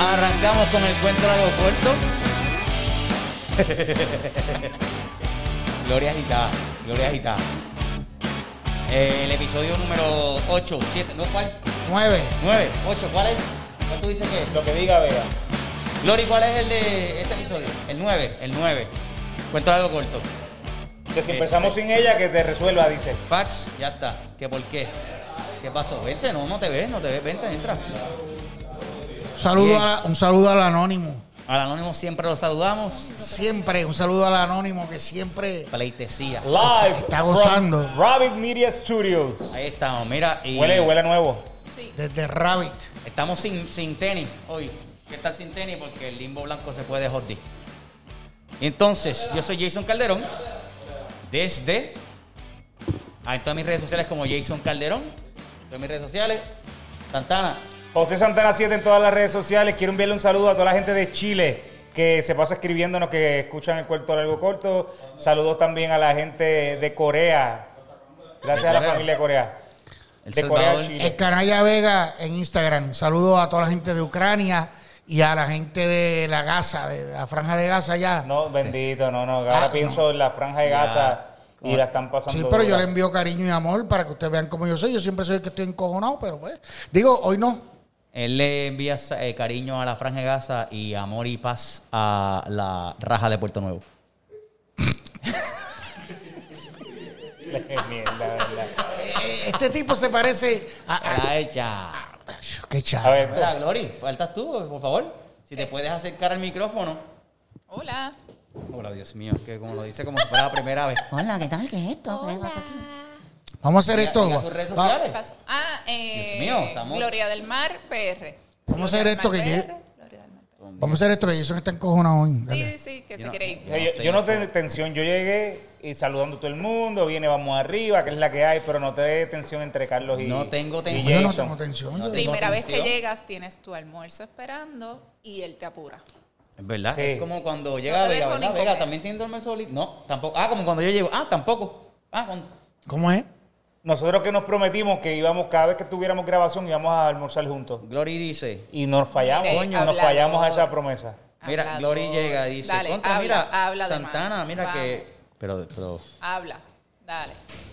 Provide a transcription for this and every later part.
Arrancamos con el cuento largo corto. Gloria agitada, Gloria agitada. Eh, el episodio número 8, 7, ¿no cuál? 9. 9, 8, ¿cuál es? ¿Cuál tú dices que es? Lo que diga Vega. Glory, ¿cuál es el de este episodio? El 9, el 9. Cuento largo corto. Que si Eh, empezamos sin ella, que te resuelva, dice. Fax, ya está. ¿Qué por qué? ¿Qué pasó? Vente, no, no te ves, no te ves, vente, entra. Un saludo, Bien. a la- un saludo al anónimo. Al anónimo siempre lo saludamos. Siempre, un saludo al anónimo que siempre. Pleitesía. Live. Está from gozando. Rabbit Media Studios. Ahí estamos, mira. Y Huele, huele nuevo. Desde Rabbit. Estamos sin, sin tenis hoy. Hay Que estar sin tenis porque el limbo blanco se puede joder. Entonces, yo soy Jason Calderón. Desde. Ah, en todas mis redes sociales como Jason Calderón. En todas mis redes sociales. Santana. José Santana 7 en todas las redes sociales. Quiero enviarle un saludo a toda la gente de Chile que se pasa escribiéndonos, que escuchan el cuarto largo corto. Saludos también a la gente de Corea. Gracias De a la Corea. familia de Corea. El de Salvador. Corea, Chile. El canalla Vega en Instagram. Un saludo a toda la gente de Ucrania y a la gente de la Gaza, de la franja de Gaza allá. No, bendito, no, no. Ahora Ah, pienso en la franja de Gaza y la están pasando. sí, pero yo dura. le envío cariño y amor para que ustedes vean cómo yo soy. Yo siempre soy el que estoy encojonado, pero pues. Digo, hoy no. Él le envía eh, cariño a la Franja de Gaza y amor y paz a la raja de Puerto Nuevo. Mierda, verdad. Eh, Este tipo se parece a. La hecha. a- qué A chaval. ver, Mira, Glory, faltas tú, por favor. Si te puedes acercar al micrófono. Hola. Hola, Dios mío, que como lo dice como si fuera la primera vez. Hola, ¿qué tal? ¿Qué es esto? ¿Qué pasa aquí? Vamos a hacer Diga- esto. diga sus redes Va- sociales. ¿Qué pasó? Ah, eh, Dios mío, estamos- Gloria del Mar, PR. Vamos a Gloria hacer del esto Mar, que PR, llegue. Gloria del Mar, PR. Vamos a hacer esto que Jason está encojonado hoy. Dale. Sí, sí, que Yo se no- eh, quiere ir. yo, yo no tengo tensión. Yo llegué y saludando a todo el mundo. Viene, vamos arriba, que es la que hay, pero no te dé tensión entre Carlos y. No tengo y tensión. Yo no Jason. tengo tensión. No yo- tengo- Primera vez que tensión. llegas, tienes tu almuerzo esperando y él te apura. Es verdad. Sí. Es como cuando llega te Vega, dejo ni ¿verdad? comer. Vega, también tiene dormir solito. No, tampoco. Ah, como cuando yo llego. Ah, tampoco. Ah, cuando. ¿Cómo es? Nosotros que nos prometimos que íbamos, cada vez que tuviéramos grabación, íbamos a almorzar juntos. Glory dice. Y nos fallamos, Mire, coño, nos hablador. fallamos a esa promesa. Mira, Hablador. Glory llega y dice. Dale, "Contra, habla, mira, habla de más. Santana, mira Vamos. que. Pero, pero. Habla, dale.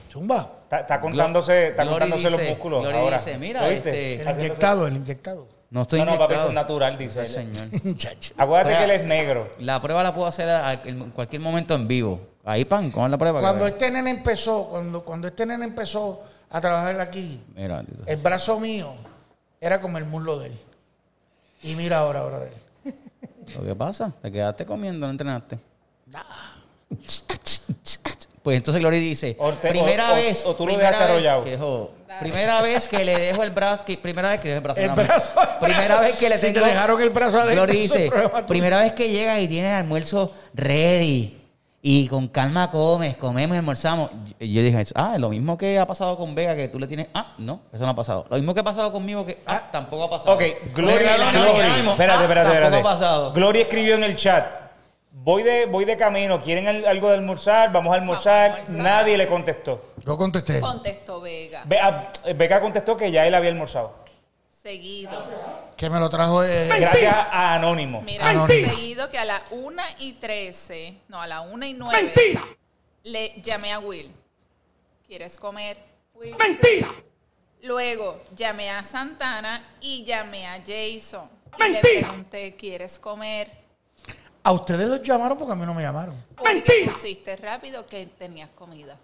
Zumba. Está, está contándose, está Glory contándose dice- los músculos. Glory ahora. dice, mira, ¿Lo viste? este- El inyectado, el inyectado. No estoy No, no, papi, eso inyectado". es natural, dice Ay, él. señor. Muchacho. Acuérdate Oiga. que él es negro. La prueba la puedo hacer a- en cualquier momento en vivo. Ahí, pan, con la prueba. que Cuando vea. este nene empezó, cuando, cuando este nene empezó a trabajar aquí, Mira, el brazo mío era como el muslo de él. Y mira ahora, brother. lo que pasa, te quedaste comiendo, no entrenaste. Pues entonces Glory dice, O te- primera o- o- vez, o tú lo primera dejas vez arrollado. que jo- Dale. primera vez que le dejo el brazo, que- primera vez que dejo el brazo, El nada más. brazo, el primera brazo. vez que le Si te tengo, dejaron el brazo adentro, Glory eso es dice, problema tuyo. primera vez que llegas y tienes almuerzo ready y con calma comes, comemos y almorzamos. Y yo dije, ah, lo mismo que ha pasado con Vega que tú le tienes, ah, no, eso no ha pasado. Lo mismo que ha pasado conmigo que, ah, tampoco ha pasado. Ok, Glory, Pero no, no, Glory. no, no. Espérate, Ah, espérate, tampoco espérate. ha pasado. Glory escribió en el chat. Voy de, voy de camino, ¿quieren al- algo de almorzar? Vamos a almorzar. Vamos a almorzar. Nadie le contestó. Yo contesté. Contestó Vega. Be- ah, Beca contestó que ya él había almorzado. Seguido. Que me lo trajo eh, Gracias a Anónimo. Mira, Mentira. seguido que a las 1 y 13, no, a las 1 y 9, Mentira. le llamé a Will. ¿Quieres comer? Will. Mentira. Luego llamé a Santana y llamé a Jason. Mentira. Y le pregunté, ¿quieres comer? A ustedes los llamaron porque a mí no me llamaron. Porque Mentira. pusiste rápido que tenías comida.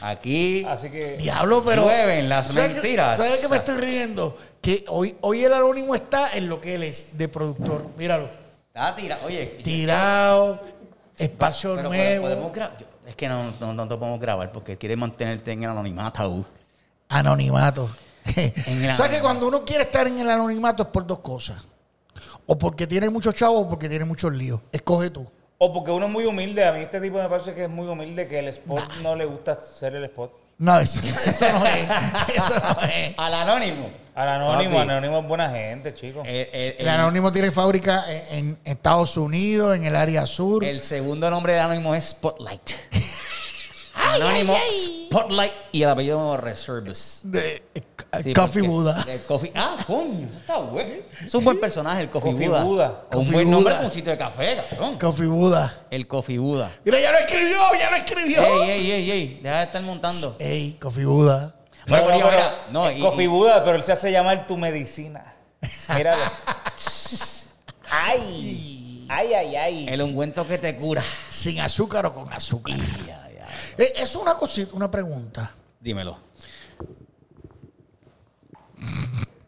Aquí Así que Diablo, pero. Llueven las ¿Sabes qué- mentiras. ¿Sabes qué me estoy riendo? Que hoy, hoy el anónimo está en lo que él es, de productor. Míralo. está tira, oye, Tirado, espacio pero pode- nuevo. podemos grabar. Es que no, no, no te podemos grabar porque quiere mantenerte en el anonimato. uh. Anonimato. el ¿Sabes que anonimato. cuando uno quiere estar en el anonimato es por dos cosas? O porque tiene muchos chavos o porque tiene muchos líos. Escoge tú. O porque uno es muy humilde. A mí este tipo me parece que es muy humilde, que el spot no le gusta ser el spot. No, eso, eso no es. Eso no es. Al anónimo. Al Anónimo, Papi. Eh, Anónimo es buena gente, chicos. El, el- El el- anónimo tiene fábrica en, en Estados Unidos, en el área sur. el segundo nombre de anónimo es Spotlight. anónimo Spotlight y el apellido Reserves. De- Sí, Coffee porque- Buda. El Coffee- ah, coño, eso está bueno. Es un buen personaje, el Coffee, Coffee Buda. Buda. Un Coffee buen nombre Buda. como un sitio de café, cabrón. Coffee Buda. el Coffee Buda. Mira, ya lo escribió, ya lo escribió. Ey, ey, ey, ey, deja de estar montando. Ey, Coffee Buda. Bueno, Corillo, pero- mira, no, es y- Coffee y- Buda, pero él se hace llamar tu medicina. Míralo. ay, ay, ay, ay. El ungüento que te cura. Sin azúcar o con azúcar. Eh, eso es una cosita, una pregunta. Dímelo.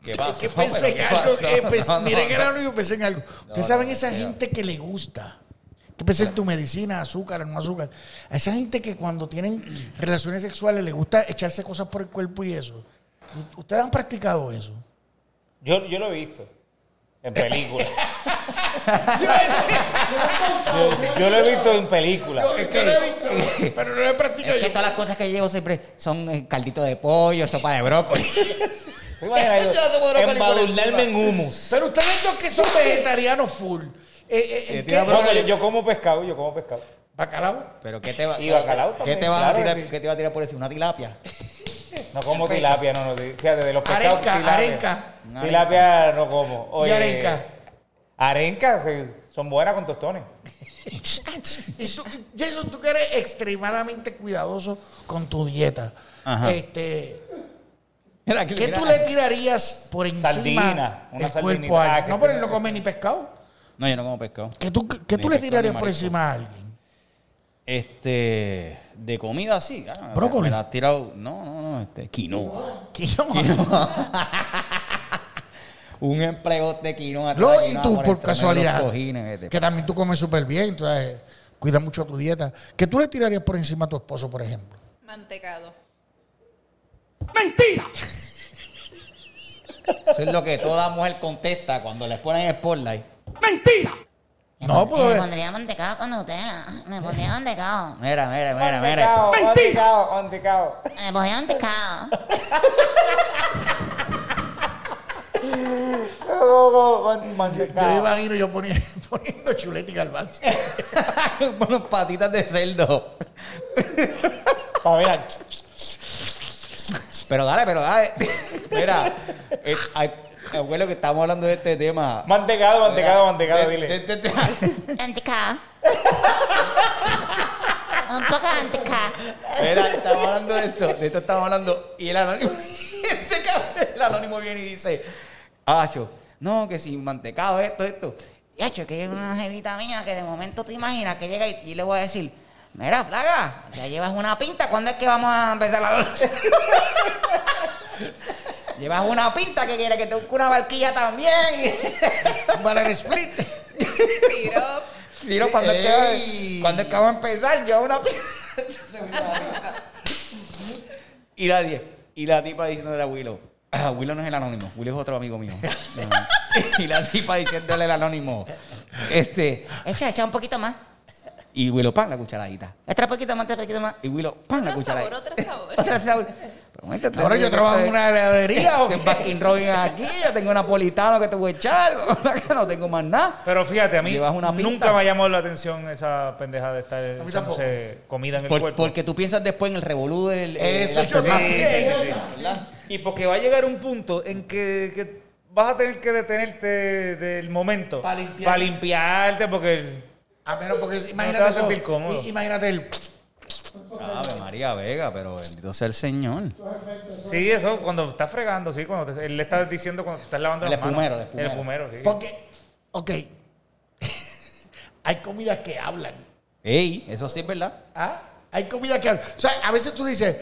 ¿Qué pasa? que pensé en algo. eh, pues, mira que era lo único, pensé en algo. Ustedes No, saben no, esa mira. gente que le gusta. Que pensé en tu medicina, azúcar o no azúcar. A esa gente que cuando tienen relaciones sexuales le gusta echarse cosas por el cuerpo y eso. U- ¿Ustedes han practicado eso? Yo, yo lo he visto. En películas. yo, yo lo he visto en películas. yo lo he visto, pero no lo he practicado Es que todas las cosas que llevo siempre son eh, caldito de pollo, sopa de brócoli. ¿Te imaginas yo Yo hago brócoli por encima. Embadurnarme en humus. Pero ustedes dos que son vegetarianos full. eh, eh, ¿en Eh, qué- tira Bueno, yo, yo como pescado, yo como pescado. ¿Bacalao? Pero ¿qué te va, Y bacalao ¿qué también, te vas claro a tirar, que sí. ¿Qué te va a tirar por encima? ¿Una tilapia? No como pecho. tilapia, no, no. Fíjate, de los pescados. Arenca, tilapia. arenca. Tilapia no como. ¿Y arenca? Arenca se- son buenas con tostones. Y tú- Jason, tú que eres extremadamente cuidadoso con tu dieta. Ajá. Este, Mira, que ¿Qué mira. tú le tirarías por encima Sardina, una del sardinita. cuerpo a Ah, alguien? que No, tú pero él le- no come ni pescado. No, yo no como pescado. ¿Qué tú, qué Ni tú le pescado, tirarías ni por marisco. encima a alguien? Este. De comida, sí. Ah, Brócoli. Me la has tirado. No, no, no. Este, quinoa. Quinoa. Un empleo de quinoa. Lo- toda y quinoa tú, el por tremendo casualidad, cojines, vete. que también tú comes súper bien, entonces cuida mucho tu dieta. ¿Qué tú le tirarías por encima a tu esposo, por ejemplo? Mantecado. Eso es lo que toda mujer contesta cuando les ponen spotlight. Me No, pon- pues, Me eh. pondría mantecado cuando usted. Me pondría mantecado. Mira, mira, mira, mira. Mantecao, mantecao, mantecao. Me pondría mantecado. Yo como man- Yo, yo mantecao. me imagino yo poni- poniendo chuleta y garbanzo. Unos patitas de cerdo. Pa' ver, Pero dale, pero dale. Mira, eh, ay, abuelo que estamos hablando de este tema. Mantecado, Mira, mantecado, mantecado, de- este de- dile. de- de- Mantecado. Un poco de mantecado. Mira, estamos hablando de esto, de esto estamos hablando. Y el anónimo, este cabrón, el anónimo viene y dice, Acho, no, que sin mantecado, esto, esto. Y hecho, que llega una jevita mía que de momento te imaginas que llega y, y le voy a decir: Mira, plaga, ya llevas una pinta. ¿Cuándo es que vamos a empezar la Llevas una pinta que quiere que te busque una barquilla también. Para el split. Sirop. Miro, cuando, es Ey. que, cuando es que vamos a empezar, yo una pinta. y nadie. Y la tipa diciéndole a Willow. Ah, Willow no es el anónimo. Willow es otro amigo mío. No. y la tipa diciéndole el anónimo. Este. Echa, echa un poquito más. Y Willow, pan la cucharadita. Otra poquito más, otra poquito más. Y Willow, pan la Otro sabor, cucharadita. otro sabor. Otra sabor. Pero, momento, Ahora yo trabajo en una heladería. ¿o Estoy en qué? Baskin Robbins aquí. Yo tengo napolitano que te voy a echar. no tengo más nada. Pero fíjate, a mí Llevas una pinta. nunca me ha llamado la atención esa pendeja de estar mí tampoco. echándose comida en el Por- cuerpo. porque tú piensas después en el revolú del. eh, Eso de la yo Sí, comida, también. sí, sí, sí. ¿verdad? Y porque va a llegar un punto en que, que vas a tener que detenerte del momento. Pa' limpiar. Pa' limpiarte, porque el- A menos Ah, porque imagínate. vas a eso, sentir cómodo. i- Imagínate el. Ave María Vega, pero bendito sea el Señor. sí, eso, cuando estás fregando, sí, cuando te- él le está diciendo cuando te estás lavando El las manos. espumero, el espumero. espumero, sí. Porque, ok. Hay comidas que hablan. Ey, eso sí es verdad. ¿ah? Hay comidas que hablan. O sea, a veces tú dices,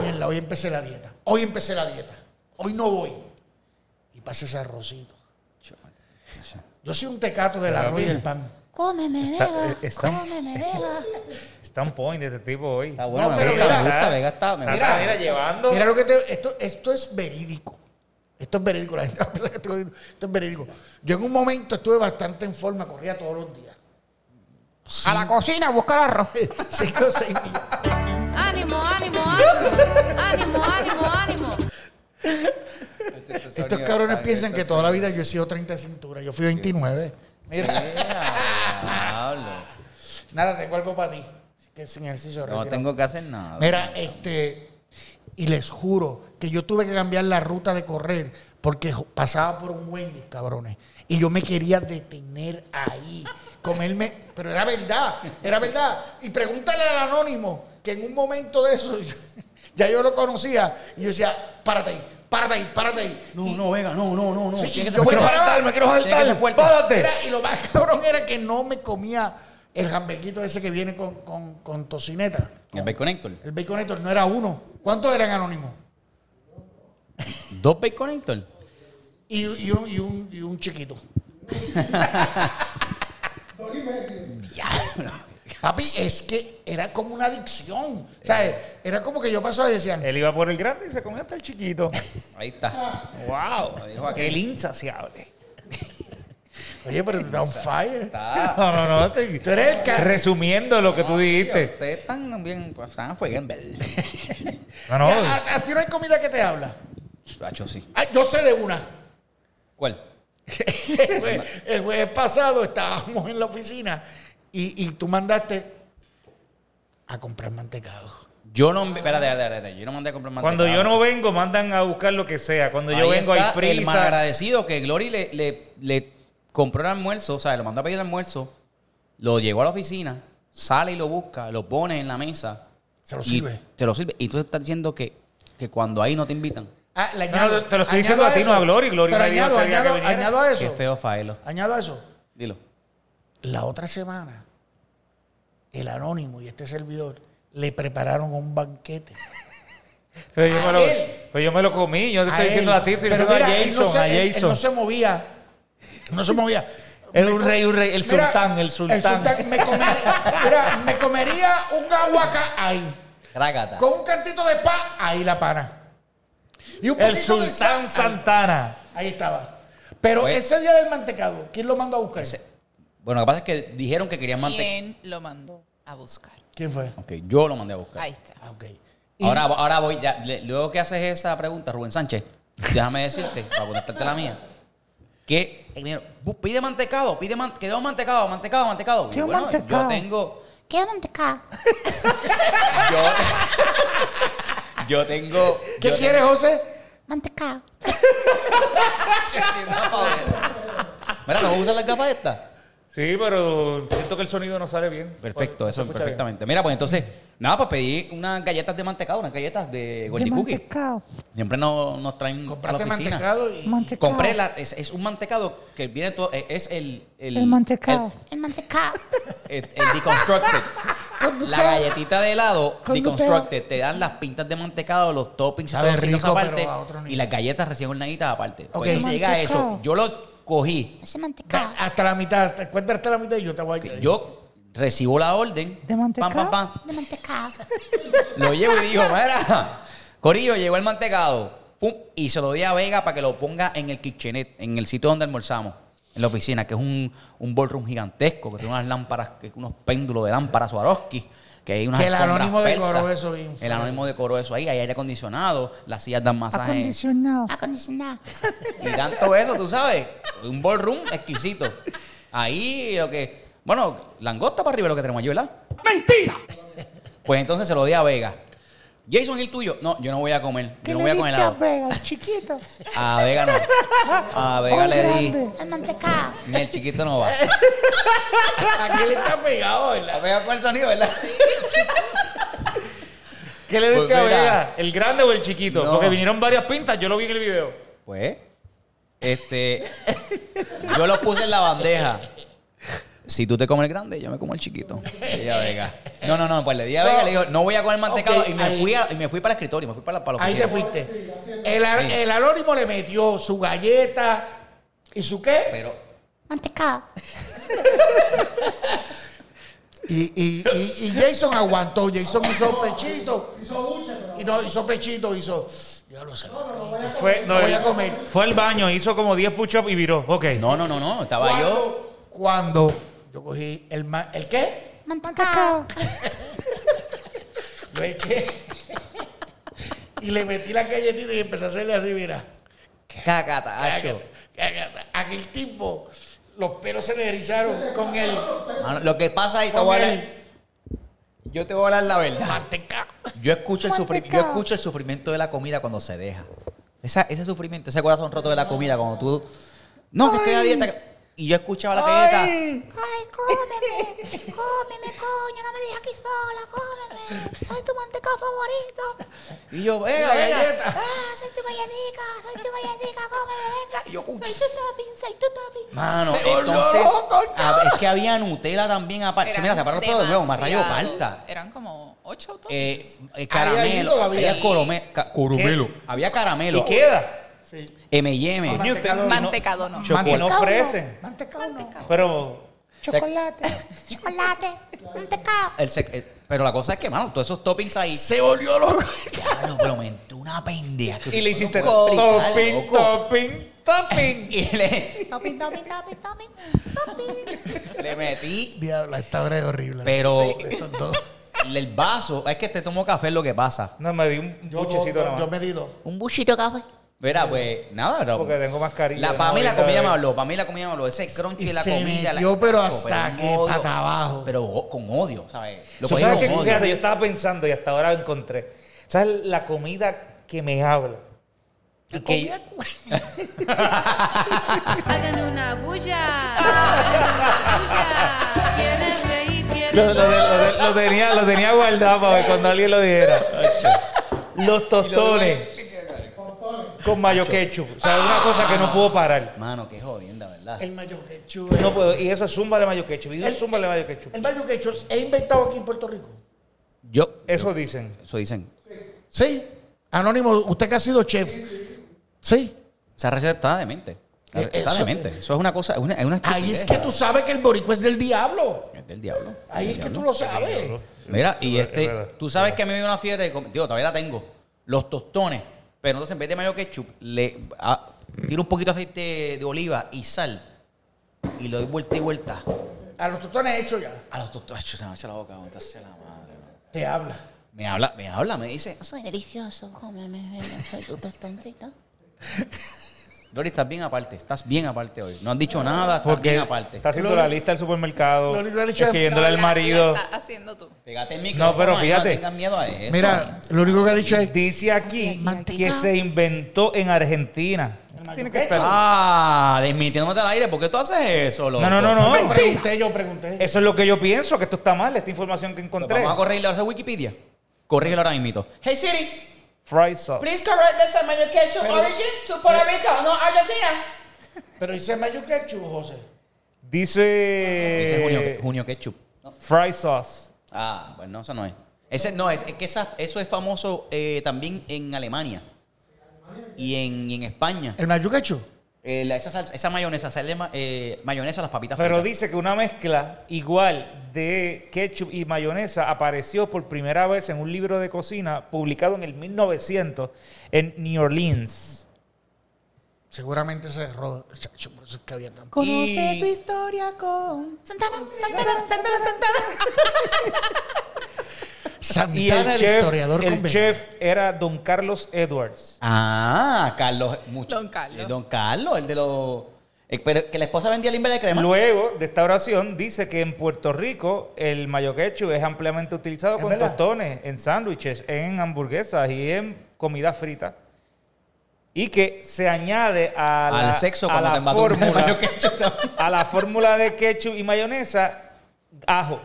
mierda, hoy empecé la dieta. Hoy empecé la dieta. Hoy no voy. Y pasa ese arrocito. Yo soy un tecato del Pero, arroz y mira. del pan. Cómeme, Está- vega. eh, está- Cómeme, vega. Está un point este tipo hoy. Está bueno, No, me pero gusta, mira, me gusta, Vega está. me Está- gusta. está, mira, llevando. Mira lo que te. Esto, esto es verídico. Esto es verídico. La gente va a pensar que estoy jodiendo. Esto es verídico. Yo en un momento estuve bastante en forma, corría todos los días. A la cocina, busca el arroz. Cinco o seis días. Ánimo, ánimo, ánimo. Ánimo, ánimo, ánimo. Estos cabrones piensan que toda la vida yo he sido 30 de cintura. Yo fui 29. Mira, Mira, diablo. nada, tengo algo para ti. Que que sin ejercicio No retirado. tengo que hacer nada. Mira, este, y les juro que yo tuve que cambiar la ruta de correr porque jo- pasaba por un Wendy's, cabrones. Y yo me quería detener ahí, comerme, pero era verdad, era verdad. Y pregúntale al anónimo que en un momento de eso, yo- ya yo lo conocía, y yo decía, párate ahí, párate ahí, párate ahí. No, Y- no, venga, no, no, no, no. Sí, Tiene que ser yo voy fuerte. para abajo. me quiero Tiene que saltar. ser fuerte. Párate. Era- y lo más cabrón era que no me comía el hamburguito ese que viene con, con, con tocineta. El Baconator. El Baconator no era uno. ¿Cuántos eran anónimos? Dos Baconator. Y, y un, y un- y un chiquito. Diablo. Papi, es que era como una adicción. ¿Sabes? Era como que yo pasaba y decían, Él iba por el grande y se comió hasta el chiquito. Ahí está. ¡Wow! Lo dijo aquel. ¡Qué insaciable! oye, pero está on fire. Está. No, no, no. te- Tú eres el ca- Resumiendo lo que tú No, sí, dijiste. Ustedes están bien, pues, están fueguen, ¿verdad? No, no. Ya, a, a ti no hay comida que te habla. Chacho, sí. Ah, yo sé de una. ¿Cuál? El jueves, el jueves pasado estábamos en la oficina y, y tú mandaste a comprar mantecado. Yo no. Espérate, espérate, espérate. Yo no mandé a comprar mantecado. Cuando yo no vengo, mandan a buscar lo que sea. Cuando yo Ahí está vengo, hay El mal prisa. agradecido que Glory le, le, le compró el almuerzo, o sea, le mandó a pedir el almuerzo, lo llevó a la oficina, sale y lo busca, lo pone en la mesa. Se lo y sirve. Te lo sirve. Y tú estás diciendo que, que cuando ahí no te invitan. Ah, le No, añado- no, te lo estoy añado diciendo a ti, no a eso. Glory. Glory Pero me dijo añado, ese día que añado, viniera. añado a Qué eso. feo faelo. Añado a eso. Dilo. La otra semana, el anónimo y este servidor le prepararon un banquete. Pero yo, A me lo, él. pero yo me lo comí. Yo te estoy él. diciendo a ti, estoy Pero diciendo a mira, él Jason. no se, a él- él Jason. no se movía. No se movía. Era Me un co- rey, un rey, el sultán, el sultán. me, comería, mira, me comería un aguaca ahí. Rágata. Con un cantito de pa, ahí la pana. Y un el poquito de Sultán Pues- sal, ahí. Santana. Ahí estaba. Pero Oye. ese día del mantecado, ¿quién lo mandó a buscar? Ese- Bueno, lo que pasa es que dijeron que querían mantecado. ¿Quién lo mandó a buscar? ¿Quién fue? Ok, yo lo mandé a buscar. Ahí está. Ah, ok. Y- Ahora, ahora voy, ya, le- luego que haces esa pregunta, Rubén Sánchez, déjame decirte, para contestarte la mía, que eh, mira, bu- pide mantecado, pide man, queremos mantecado, mantecado, mantecado. Y Quiero bueno, mantecado. Yo tengo, ¿Qué onda acá? yo, yo tengo. ¿Qué yo eh, quieres, José? Mantecado. tengo- Mira, ¿no usas las gafas estas? Sí, pero siento que el sonido no sale bien. Perfecto, Bueno, eso se escucha bien. perfectamente. Mira, pues entonces, nada, pues pedí unas galletas de mantecado, unas galletas de Goldie Cookie. Siempre no- nos traen a la Compraste oficina. mantecado y. Compré la, es, es un mantecado que viene todo, es- es el, el, mantecado. El mantecado. El, el eh, deconstructed. La galletita de helado deconstructed. Te dan las pintas de mantecado, los toppings y Sabe todo eso rico, aparte. pero a otro nivel. Y las galletas recién hornaditas aparte. Ok. Pues entonces llega Mantecado. eso. Yo lo cogí. Ese Da- mantecado. Hasta la mitad, te cuenta hasta la mitad y yo te voy a Yo recibo la orden. ¿De mantecado? Pam, pam, pam. 네, De mantecado. Lo llevo y digo, mira. Corillo, llegó el mantecado. Pum, y se lo di a Vega para que lo ponga en el kitchenet, en el sitio donde almorzamos. En la oficina, que es un, un ballroom gigantesco, que tiene unas lámparas, que- unos péndulos de lámparas Swarovski, que hay unas Que el alfombras anónimo decoró persas. eso bien El feo. anónimo decoró eso ahí, hay aire acondicionado, las sillas dan masajes. Acondicionado. Acondicionado. Y tanto eso, tú sabes. Un ballroom exquisito. Ahí lo que. Bueno, langosta para arriba es lo que tenemos allí, ¿verdad? ¡Mentira! Pues entonces se lo di a Vega. Jason, ¿y el tuyo? No, yo no voy a comer. ¿Qué Yo no le voy a diste comer a helado. Vegas, chiquito? A Vega no. A Vega Oh, le di. grande. El mantecado. Ni el chiquito no va. Aquí le está pegado, ¿verdad? A Vega con el sonido, ¿verdad? ¿Qué le diste Pues a mira. Vega? ¿El grande o el chiquito? No. Porque vinieron varias pintas, yo lo vi en el video. Pues, este. Yo lo puse en la bandeja. Si tú te comes el grande, yo me como el chiquito. Le dije a Vega. No, no, no, pues le di a Vega, le digo, no voy a comer mantecado. Ok, y, me ahí. fui a- y me fui para el escritorio, me fui para la, para la Ahí te oficina. fuiste. El, a- el anónimo le metió su galleta y su qué. Pero, Mantecado. Y, y- y- y Jason aguantó. Jason hizo pechito. Hizo Y no, hizo pechito, hizo. Ya lo sé. Fue, No eh, voy a comer. Fue al baño, hizo como 10 push-ups y viró. Ok. no, no, no, no, estaba yo. Cuando, cuando yo cogí el ma- ¿El qué? Mantecado. Yo eché. y le metí la galletita y empecé a hacerle así, mira. Cacatacho. Cágate, cágate. Aquel tipo, los pelos se le erizaron con el. Mano, Lo que pasa ahí, te Con voy a el- leer. Yo te voy a dar la verdad. Manteca. Yo escucho el, sufri- yo escucho el sufrimiento de la comida cuando se deja. Esa- ese sufrimiento, ese corazón roto de la comida cuando tú... No, que estoy a dieta. Y yo escuchaba la dieta. Ay, cómeme, cómeme, coño, no me dejes aquí sola, cómeme. Soy tu mantecado favorito. Y yo, La venga, venga. Ah, soy tu vallanica, soy tu vallanica, cómeme, venga. Yo, uy. soy tu topping, soy tu topping. Mano, Se volvió entonces... loco el a- cabrón. es que había Nutella también aparte. Se Eran mira, se paró todo de nuevo, más rayo demasiados. palta. Eran como ocho toppings. Eh, eh, Ahí, ahí caramelo. todavía. había corome- ca- coromelo. Había caramelo. Y queda. Sí. M&M. Papá. Mantecado. Mantecado no. Chocolate. Que no ofrecen. Mantecao no. Pero Chocolate, chocolate, mantecado. El sec- eh, pero la cosa es que, mano, todos esos toppings ahí. Se volvió loco. Claro, pero me entró una pendeja. que y le hiciste no puedo explicar, topping, loco. topping, topping. Y le, Topping, topping, topping, topping, topping. le metí. Diablo, esta hora es horrible. Pero Estos dos. el vaso, es que te tomo café es lo que pasa. No, me di un Yo, buchecito yo, nomás. yo me di dos. Un buchito de café. Mira, pues, nada, bro. Porque tengo mascarilla, La, no, para mí la ahorita comida de- me habló, para mí la comida me habló. Ese crunchy Y de la se comida. la- metió, pero Loco, hasta un que odio, pata abajo. Pero o- con odio, ¿sabes? Lo Tú cogí sabes con que, odio. fíjate, yo estaba pensando y hasta ahora lo encontré. ¿Sabes la comida que me habla? Y que Háganme una bulla. Háganme una bulla. Quieren reír, lo, quieren lo- lo- lo tenía, lo tenía guardado para ver cuando alguien lo dijera. Los tostones con mayo ketchup. O sea, una cosa que no puedo parar. Mano, qué jodienda, ¿verdad? El mayo quechu. No puedo. Y eso es zumba de mayo ketchup. Y El- zumba de mayo ketchup. El mayo quechu es inventado aquí en Puerto Rico. Yo, Eso dicen. eso dicen. Sí. Anónimo, usted que ha sido chef. Sí. Esa receta está demente. La Eh, re- Está eso- demente. Eso es una cosa, es una, es una Ahí es estupidez, que tú sabes que el boricua es del diablo. Es del diablo. Ahí es que tú diablo. lo sabes. Mira, y Es verdad, este, es verdad. tú sabes que a mí me dio una fiebre, de com- digo, todavía la tengo, los tostones, pero entonces en vez de mayo ketchup, le a- tiro un poquito de aceite de oliva y sal y le doy vuelta y vuelta A los tutones hecho ya. a los tostones. Acho, Se me echa la boca, aguanta, sea la madre. mano. Te habla. Me habla, me habla, me dice, Soy delicioso, cómeme, venga, soy tu tostancito. Lori, estás bien aparte, estás bien aparte hoy. No han dicho nada, estás Porque bien aparte. está haciendo la lista del supermercado. Lo único que le he dicho es- Escribiéndole al Ya, marido. ya está haciendo tú. Pégate el micrófono, No, pero ahí, fíjate. No tengas miedo a eso. Mira, lo único que ha dicho es. Dice aquí que se inventó en Argentina. mayo Tiene que ketchup. estar- Ah, desmitiéndote al aire, ¿por qué tú haces eso, loco? No, no, no, no. Yo pregunté, yo pregunté. Eso es lo que yo pienso, que esto está mal, esta información que Pues encontré. Vamos a corregirlo ahora a Wikipedia. Corrígelo ahora mismo. Hey Siri, Fry sauce. Please correct this medication Pero- origin to Puerto Eh. Rico, no Argentina. Pero dice mayo quechu, José. Ese Eh. es junio, Dice junio ketchup. No. fry sauce. Ah, pues no, eso no es. Ese no es, es que esa- eso es famoso eh, también en Alemania y en, y en España. ¿El mayo quechu? Eh, la- esa, salsa- esa mayonesa, sale ma- eh, mayonesa a las papitas Pero fritas. dice que una mezcla igual de ketchup y mayonesa apareció por primera vez en un libro de cocina publicado en el 1900 en New Orleans. Seguramente se roda. Chacho, por eso es que había tanto. Conoce tu historia con... Santana, Santana, Santana, Santana. Y el, Santana, el, chef, historiador el con B. chef era don Carlos Edwards. Ah, Carlos, mucho. Don Carlos. Eh, don Carlos, el de los. eh, pero que la esposa vendía limber de crema. Luego de esta oración dice que en Puerto Rico el mayo ketchup es ampliamente utilizado ¿Es con verdad? tostones, en sándwiches, en hamburguesas y en comida frita. Y que se añade a al la, sexo a cuando la te mató un fórmula, mayo ketchup también. a la fórmula de ketchup y mayonesa ajo.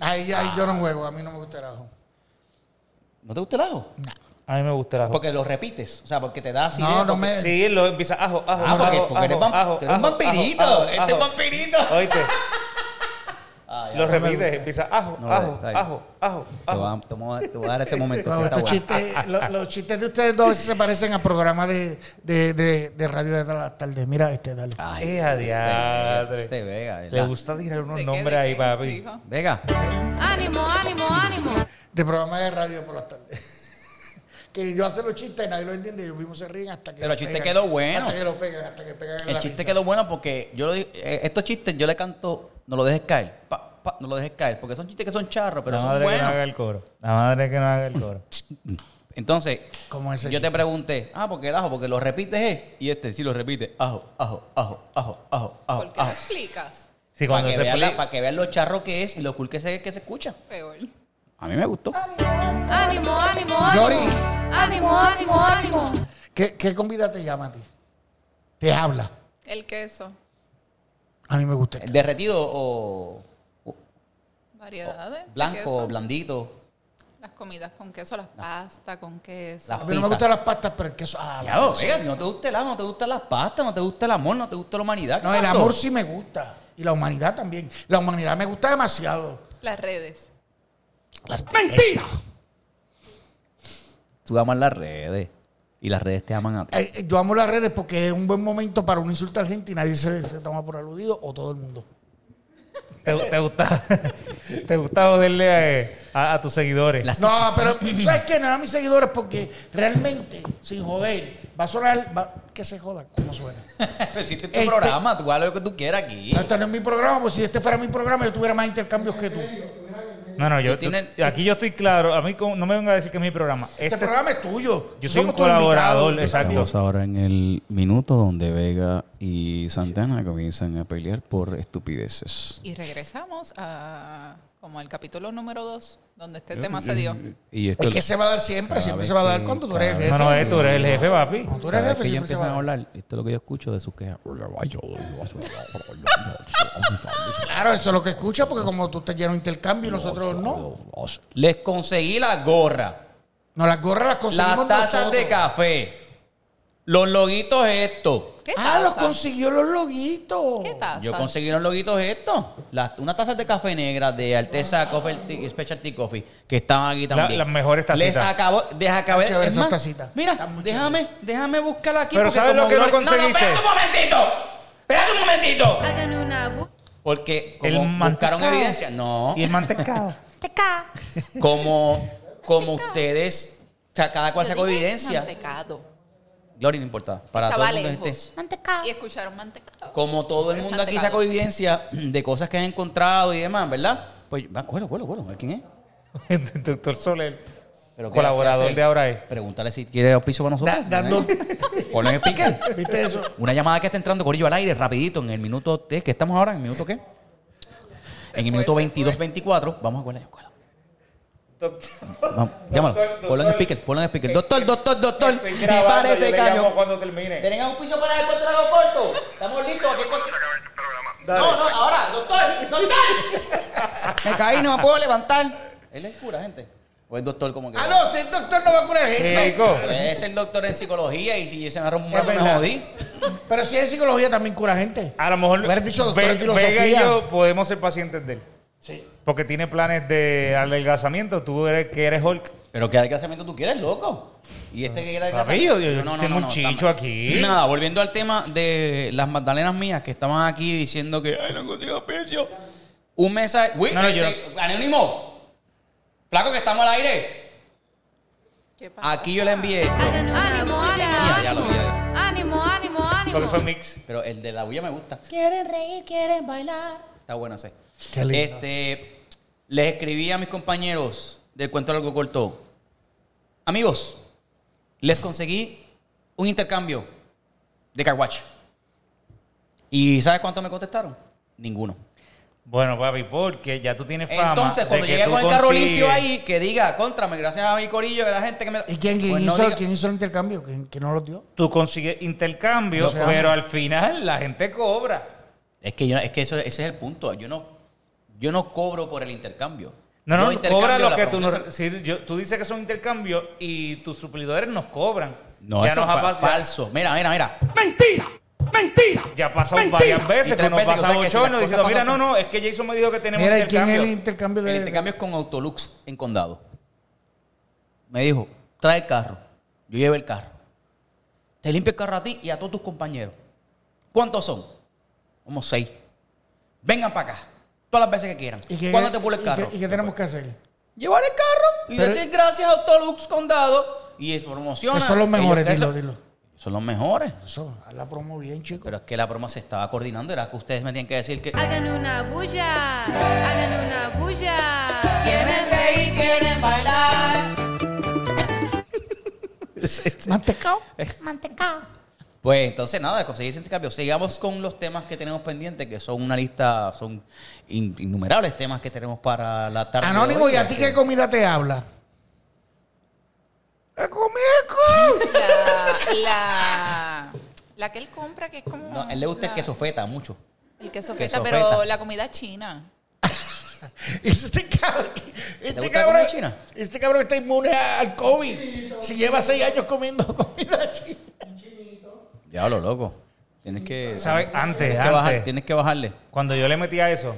Ahí, ahí Ah. yo no juego, a mí no me gusta el ajo. ¿No te gusta el ajo? A mí me gusta el ajo. Porque lo repites, o sea, porque te da así. No, de- no me- sí, lo empieza ajo, ajo, Ah, porque, ajo, porque eres, ajo, vamp- ajo, tú eres un ajo, vampirito. ajo, este ajo. es vampirito. Oíste, Ah, ya. lo me repites, gusta. empieza ajo, No, ajo, está bien. ajo, ajo, Te ajo. va- te voy a- te voy a dar ese momento. Wow, que está estos bueno. chistes- lo- los chistes de ustedes dos a veces se parecen a programas de, de, de, de radio de las tardes. Mira, este, dale. Ay, Eh, adiadre. Este Vega, Le ¿verdad? gusta tirar ¿De unos qué, nombres de ahí, qué? papi. Dijo. Vega. Ánimo, ánimo, ánimo. De programas de radio por las tardes. que yo hace los chistes, nadie lo entiende, ellos mismos se ríen hasta que. Pero lo el chiste pegan. quedó bueno. Hasta que lo pegan, hasta que pegan en El la chiste risa. quedó bueno porque yo lo di- eh, estos chistes yo le canto, no lo dejes caer. pa, pa, no lo dejes caer. Porque son chistes que son charros, pero la son madre que no haga buenos. el coro. La madre que no haga el coro. Entonces, Como ese yo te chiste. pregunté, ah, porque el ajo, porque lo repites, eh. Y este sí lo repite, ajo, ajo, ajo, ajo, ajo, Ah, ajo, ¿Por qué no ajo. explicas? Sí, Para cuando que, se vean pli- la- pa' que vean lo charro que es y lo cool que se, que se escucha. Peor. A mí me gustó. Ánimo, ánimo, ánimo. Yori. Ánimo, ánimo, ánimo. ¿Qué, qué comida te llama a ti? Te habla. El queso. A mí me gusta. el queso. ¿Derretido o, o Variedades. de blanco, queso. blandito? Las comidas con queso, las pastas con queso. Las A mí no me pizza. gustan las pastas, pero el queso. ah, Ya, oh, oiga, no te gusta el agua, no te gustan las pastas, no te gusta el amor, no te gusta la humanidad. ¿qué No, el pasó? amor sí me gusta. Y la humanidad también. La humanidad me gusta demasiado. Las redes. Las ¡Mentira! Tú amas las redes y las redes te aman a ti. Eh, yo amo las redes porque es un buen momento para uno insultar gente y nadie se, se toma por aludido o todo el mundo. ¿Te, te gusta, te gusta joderle eh, a, a tus seguidores. Las- No, pero ¿sabes qué? Nada a mis seguidores porque realmente, sin joder, va a sonar. va- que se joda, como suena. Existe tu Este- programa, tú haz lo que tú quieras aquí. No, este no es mi programa, pues si este fuera mi programa, yo tuviera más intercambios que tú. Este No, no, yo, Tú tienes- tú- aquí yo estoy claro. A mí como- no me venga a decir que es mi programa. Este- programa es tuyo. Yo soy un Somos tus invitados, colaborador, yo exacto. también. Estamos ahora en el minuto donde Vega y Santana comienzan a pelear por estupideces. Y regresamos a como el capítulo número 2, donde este tema se dio. eh, Y esto Es que se va a dar siempre, siempre se va a dar cuando tú eres el jefe. No, no, eh, tú eres el jefe, papi. Cuando tú eres cada el vez jefe, que ellos siempre se va empiezan a a dar. hablar, esto es lo que yo escucho de sus quejas. Claro, eso es lo que escucha, porque como tú te lleno de intercambio y nosotros no. Les conseguí la gorra, No, las gorras las conseguimos las tazas nosotros. de café, los loguitos estos. ¿Qué Ah, los taza? consiguió los loguitos. ¿Qué taza? Yo conseguí los loguitos estos. Las, unas tazas de café negra de Alteza Coffee Tea- Specialty Coffee que estaban aquí también. las mejores tacitas. Les acabo, les acabé. Están chéveres es esas más, tacitas. Mira, Están muy déjame, déjame buscarla aquí. Pero porque ¿sabes como lo que no Gloria- conseguiste? espérate un momentito. Espérate un momentito. Hagan una bu- Porque El como buscaron mantecao. evidencia. No. Y el mantecado. Teca. Como, como ustedes, o sea, cada cual Yo sacó dije evidencia. Mantecado. Gloria, no importa. Para Estaba todo el mundo lejos. este- Manteca. Y escucharon mantecado. Como todo el mundo aquí Mantecado. sacó evidencia de cosas que han encontrado y demás, ¿verdad? Pues, va, cuelo, cuelo, cuelo. ¿Quién es? El Doctor Soler. Pero ¿qué- qué colaborador hace? de ahora es. Pregúntale si quiere auspicio para nosotros. Da- dando- Ponle el speaker. ¿Viste eso? Una llamada que está entrando, Corillo, al aire, rapidito, en el minuto... ¿Qué estamos ahora? ¿En el minuto qué? En el minuto fue, se 22-24. Vamos a colar, colar. Doctor. Vamos, llámalo. Doctor, ponlo en doctor. speaker, ponlo en speaker. Doctor, doctor, doctor. Estoy Y grabando, para yo ese le llamo cambio. cuando termine. ¿Tienen auspicio para el contrato corto? ¿Estamos listos? ¿Qué cosa? Dale. No, no, ahora, doctor, doctor. Me caí, no me puedo levantar. Él es cura, gente. O es doctor como que. Ah, no, si el doctor no va a curar gente. Chico. Es el doctor en psicología y si se me rompe un Es brazo me verdad. jodí. Pero si es psicología también cura gente. A lo mejor Hubieras dicho doctor en Ve- Vega y filosofía. yo podemos ser pacientes de él. Sí. Porque tiene planes de adelgazamiento. Tú eres que eres Hulk. Pero qué adelgazamiento tú quieres, loco. Y este que era Papi, yo- yo- yo tengo un chicho aquí. Nada, volviendo al tema de las magdalenas mías que estaban aquí diciendo que ay, no consigo auspicio. Un mensaje. Uy, No, no, este, Anónimo. Flaco que estamos al aire. ¿Qué pasa? Aquí yo le envié esto. Hagan una Ánimo, bulla. Ya, ya lo vi, ya. Ánimo, ánimo, ánimo. Porque fue mix. Pero el de la bulla me gusta. Quieren reír, quieren bailar. Está buena ese. Qué lindo. Este, les escribí a mis compañeros del cuento largo corto. Amigos, les conseguí un intercambio de Carwatch. ¿Y sabes cuánto me contestaron? Ninguno. Bueno, papi, porque ya tú tienes fama. Entonces, de cuando que llegué tú con el carro consigues- limpio ahí, que diga, contrame, gracias a mi corillo, que la gente que me... ¿Y quién, quién Pues no hizo, diga- quién hizo el intercambio? ¿Quién, quién no los dio? Tú consigues intercambio, No se pero hace. al final la gente cobra. Es que, yo, es que eso, ese es el punto. Yo no, yo no cobro por el intercambio. No, Yo no, intercambio cobra lo la que tú no. promoción. sí, yo- tú dices que son intercambios y tus suplidores nos cobran. No, eso es ha fa- pas- falso. Mira, mira, mira. Ya ha pasado varias Y veces tres que nos veces, o pasa sea, que si bochorno las cosas diciendo, mira, pasan- no, no, es que Jason me dijo que tenemos Mira, ¿y quién es intercambio. el intercambio de.? El intercambio es con Autolux en Condado. Me dijo, trae el carro. Yo llevo el carro. Te limpio el carro a ti y a todos tus compañeros. ¿Cuántos son? Como seis. Vengan para acá. Todas las veces que quieran. ¿Y qué- ¿Cuándo te pule el y carro? qué- ¿Y qué tenemos que hacer? Llevar el carro y Pero- decir gracias a Autolux Condado. Y promociona. Que son los mejores, Ellos- dilo, eso- dilo. Son los mejores. Eso, haz la promo bien, chico. Pero es que la promo se estaba coordinando. Era que ustedes me tenían que decir que... Hagan una bulla. Hagan una bulla. Quieren reír, quieren bailar. Manteca. Pues entonces nada, conseguí ese intercambio. Sigamos con los temas que tenemos pendientes, que son una lista, son in- innumerables temas que tenemos para la tarde. de Anónimo, hoy, ¿y a ti qué porque- comida te habla? ¡La comida! La, la, la que él compra, que es como. No, él le gusta el la- queso feta mucho. El queso Queso feta, feta. pero la comida china. Este cabrón, este gusta la cabrón, comida china? este cabrón está inmune a- al COVID. Si lleva seis años comiendo comida china. Ya lo loco. Tienes que. ¿Sabes? Antes, tienes que antes. bajar- tienes que bajarle. Cuando yo le metía eso,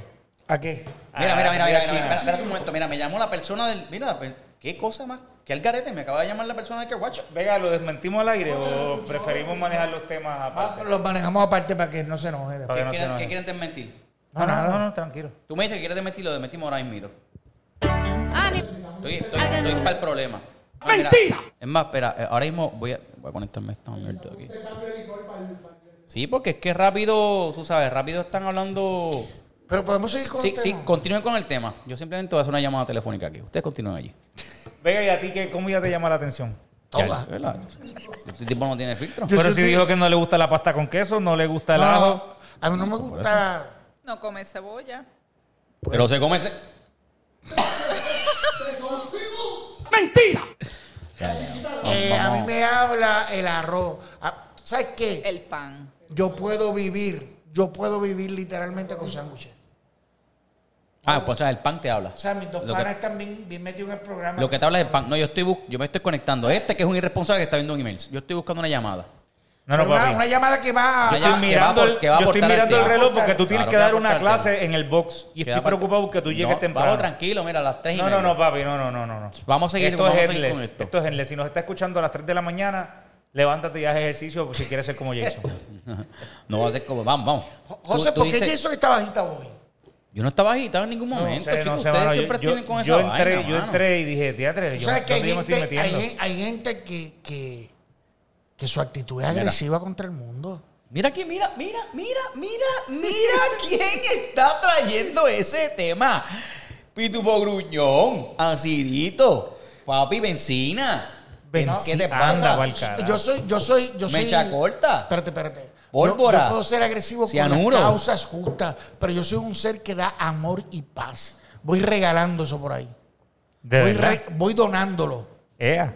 ¿A qué? Mira, Ah, mira, mira, mira, mira, mira, China. mira, espérate un momento. Mira, me llamó la persona del. Mira, pues, qué cosa más. Qué algarete, me acaba de llamar la persona del que guacho. Vega, ¿lo desmentimos al aire o preferimos manejar los temas Ah, aparte? Los Ah, manejamos aparte para que no se enoje después. Para ¿Qué que no se quieren, enoje. qué quieren desmentir? Ah, No, no, nada. no, no, tranquilo. Tú me dices que quieres desmentir, lo desmentimos ahora mismo. Ah, ni- Estoy, estoy, Ah, que no. para el problema. ¡Mentira! es más, espera, eh, ahora mismo voy a, voy a conectarme a esta mierda aquí. Sí, porque es que rápido, tú sabes, rápido están hablando. Pero podemos seguir con Sí, el sí, tema? continúen con el tema. Yo simplemente voy a hacer una llamada telefónica aquí. Ustedes continúen allí. Vega, ¿y a ti qué comida te llama la atención? Toda. Ya, ¿verdad? Este tipo no tiene filtro. Yo Pero soy si de- dijo que no le gusta la pasta con queso, no le gusta el No, ajo. a mí no me gusta. No come cebolla. Pero se come ese. eh, a mí me habla el arroz. Ah, ¿Sabes qué? El pan. Yo puedo vivir, yo puedo vivir literalmente con sándwiches. Ah, pues o sea, el pan te habla. O sea, mis dos Lo que- panas están bien, bien metidos en el programa. Lo que te habla es el pan. No, yo estoy bus- yo me estoy conectando. Este que es un irresponsable que está viendo un email. Yo estoy buscando una llamada. No, no, Pero una, papi. una llamada que va Yo a- Yo estoy que va mirando, por- el, que va a yo estoy aportar al mirando el tema. reloj porque tú tienes Claro, que que va dar a una aportar al clase en el box y Queda estoy parte- preocupado que tú llegues No, temprano. Vamos tranquilo, mira, a las 3 y No, media. no, no, papi, no, no, no, no. no. Vamos a seguir- esto vamos a es seguir endless, con esto. es endless. Si nos está escuchando a las 3 de la mañana, levántate y haz ejercicio si quieres ser como Jason. No va a ser como, vamos, vamos. Jo- Tú- José, tú ¿por qué dices- Jason está bajita hoy? Yo no estaba agitado en ningún momento, sé, chicos. sé, Ustedes mano, siempre yo, tienen con esa yo entré, vaina, Yo mano. entré y dije, teatre, Tú yo, ¿Sabes que hay ¿dónde yo me estoy gente, hay, metiendo? gen- hay gente que, que, que su actitud es Mira. agresiva contra el mundo? Mira aquí, mira, mira, mira, mira, mira quién está trayendo ese tema. Pitufo Gruñón, acidito, papi, benzina. ¿Qué- ¿Qué te Benzina, pasa? anda, pa'l carajo. Yo soy, yo soy, yo soy. Mecha corta. Espérate, espérate. Pólvora. Yo, yo puedo ser agresivo con Cianuro. las causas justas, pero yo soy un ser que da amor y paz. Voy regalando eso por ahí. De voy, verdad. re- voy donándolo. Ea.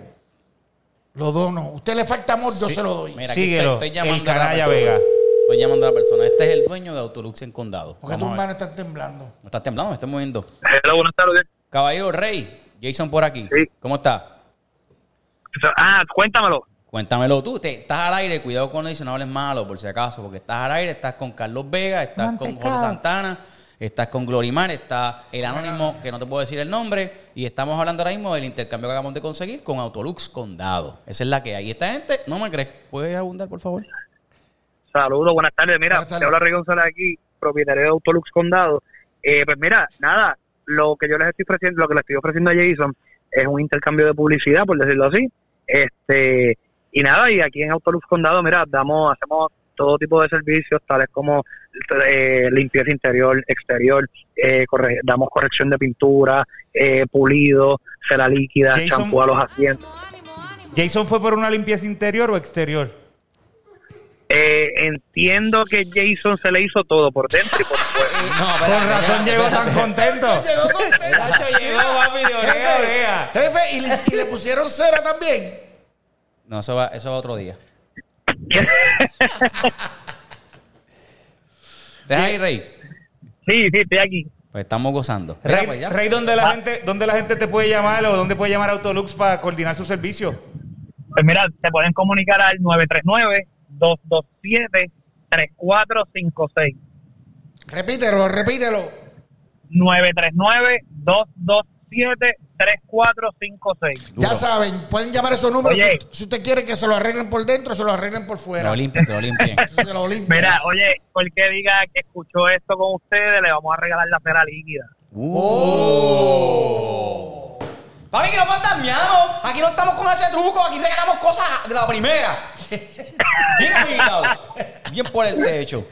Lo dono. Usted le falta amor, yo se lo doy. Mira, aquí Síguelo, estoy, estoy llamando el canalla a la persona. Vega. Estoy llamando a la persona. Este es el dueño de Autolux en Condado. Porque tus manos están temblando. ¿No estás temblando? Me estoy moviendo. Hello, buenas tardes. Caballero Rey, Jason por aquí. Sí. ¿Cómo está? Ah, cuéntamelo. Cuéntamelo tú, te- estás al aire, cuidado cuando dices no hables malo, por si acaso, porque estás al aire, estás con Carlos Vega, estás con José Santana, estás con Glorimar, está el anónimo, que no te puedo decir el nombre, y estamos hablando ahora mismo del intercambio que acabamos de conseguir con Autolux Condado. Esa es la que hay. Y esta gente, no me crees, ¿puedes abundar, por favor? Saludos, buenas tardes. Mira, Buenas tardes. te habla Rey González aquí, propietario de Autolux Condado. Eh, pues mira, nada, lo que yo les estoy ofreciendo, lo que le estoy ofreciendo a Jason es un intercambio de publicidad, por decirlo así. Este, y nada, y aquí en Autolux Condado, mira, damos, hacemos todo tipo de servicios, tales como eh, limpieza interior, exterior, eh, corre- damos corrección de pintura, eh, pulido, cera líquida, Jason- champú a los asientos. Ánimo, ánimo, ánimo. ¿Jason fue por una limpieza interior o exterior? Eh, entiendo que Jason se le hizo todo por dentro y por fuera. No, Con razón llegó tan contento. Llegó contento. Nacho llegó, papi, de oreja a oreja. jefe, y le, y le pusieron cera también. No, eso va, eso va otro día. Deja ahí, Rey. Sí, sí, estoy aquí. Pues estamos gozando. Mira, Rey, pues, ya. Rey, ¿dónde, la gente, ¿dónde la gente te puede llamar o dónde puede llamar a Autolux para coordinar su servicio? Pues mira, te pueden comunicar al 939-227-3456. Repítelo, repítelo. 939-227-3456. Duro. Ya saben, pueden llamar a esos números Oye. si, si usted quiere que se lo arreglen por dentro, se lo arreglen por Te fuera. lo limpien, te lo limpien. Se lo limpian. Mira, oye, cualquier diga que escuchó esto con ustedes, le vamos a regalar la cera líquida. Oh. Papi, que nos fantasmeamos. Oh. Aquí no estamos con ese truco. Aquí regalamos cosas de la primera. Bien agitado. Bien por el techo.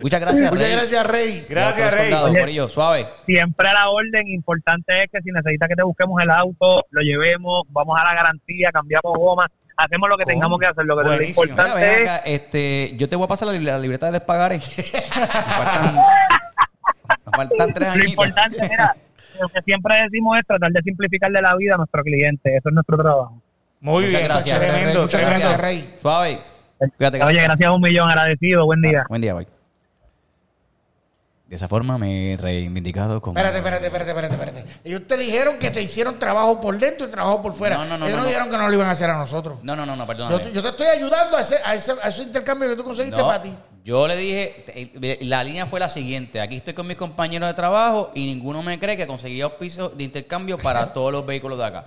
Muchas gracias. Muchas Rey. gracias, Rey. Gracias, Otro Rey. condado, Oye. corillo, suave. Siempre a la orden, importante es que si necesitas que te busquemos el auto, lo llevemos, vamos a la garantía, cambiamos goma, hacemos lo que tengamos que hacer, lo que lo Buenísimo. Mira, ven importante es... acá, este, yo te voy a pasar la, libra- la libreta de les pagares. faltan, me faltan tres Lo añitos. importante, mira, lo que siempre decimos es tratar de simplificarle la vida a nuestro cliente. Eso es nuestro trabajo. Muy Muchas bien, gracias, Rey. tremendo, Muchas tremendo. gracias, Rey. Suave. Cuídate, Oye, gracias a un millón, agradecido. Buen día. Buen día, bye. De esa forma me he reivindicado como... Espérate, espérate, espérate, espérate, espérate. Ellos te dijeron que te hicieron trabajo por dentro y trabajo por fuera. No, no, no, Ellos no, no, no. dijeron que no lo iban a hacer a nosotros. No, no, no, no, perdóname. Yo, te- yo te estoy ayudando a ese, a ese, a ese intercambio que tú conseguiste No, para ti. Yo le dije, eh, la línea fue la siguiente. Aquí estoy con mis compañeros de trabajo y ninguno me cree que conseguí auspicio de intercambio para todos los vehículos de acá.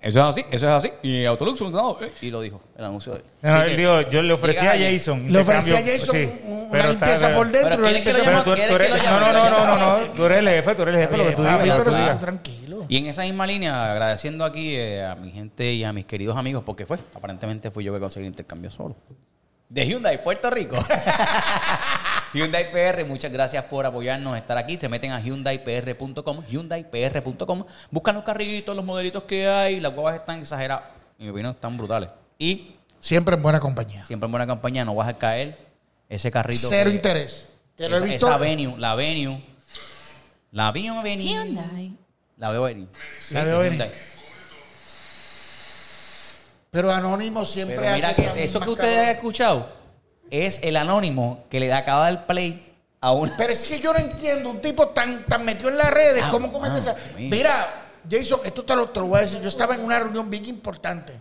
Eso es así, eso es así. Y Autolux, no, eh, y lo dijo, el anuncio de él. No, no, Así él que- dijo, yo le ofrecí Llega a allí. Jason. Le ofrecí a intercambio, Jason sí, un- un- pero una está- limpieza por dentro. Pero una ¿quién es que lo limpieza llama? Pero tú, ¿Quieres tú que lo eres, no, llame? no, no, no, no, no, tú eres el jefe, tú eres el jefe, lo que tú Papi, digas. pero tú sí, digas. tranquilo. Y en esa misma línea, agradeciendo aquí eh, a mi gente y a mis queridos amigos, porque fue, aparentemente fui yo que conseguí el intercambio solo. De Hyundai, Puerto Rico. Hyundai PR, muchas gracias por apoyarnos, estar aquí. Se meten a hyundaipr.com, hyundaipr.com. Buscan los carritos, los modelitos que hay. Las guavas están exageradas. En mi opinión, están brutales. Y Siempre en buena compañía. siempre en buena campaña, no vas a caer ese carrito. Cero que- interés. Te lo esa, he visto. esa venue, la venue. La veo venir. Hyundai. La veo venir. La veo venir. Hyundai. Pero Anónimo siempre Pero mira hace que esas eso que mismas ustedes han cabronas. escuchado es el anónimo que le acaba el play a una. Pero es que yo no entiendo. Un tipo tan, tan metido en las redes, Ah, ¿cómo comete ah, esa? mira. Mira, Jason, esto te lo, te lo voy a decir. Yo estaba en una reunión bien importante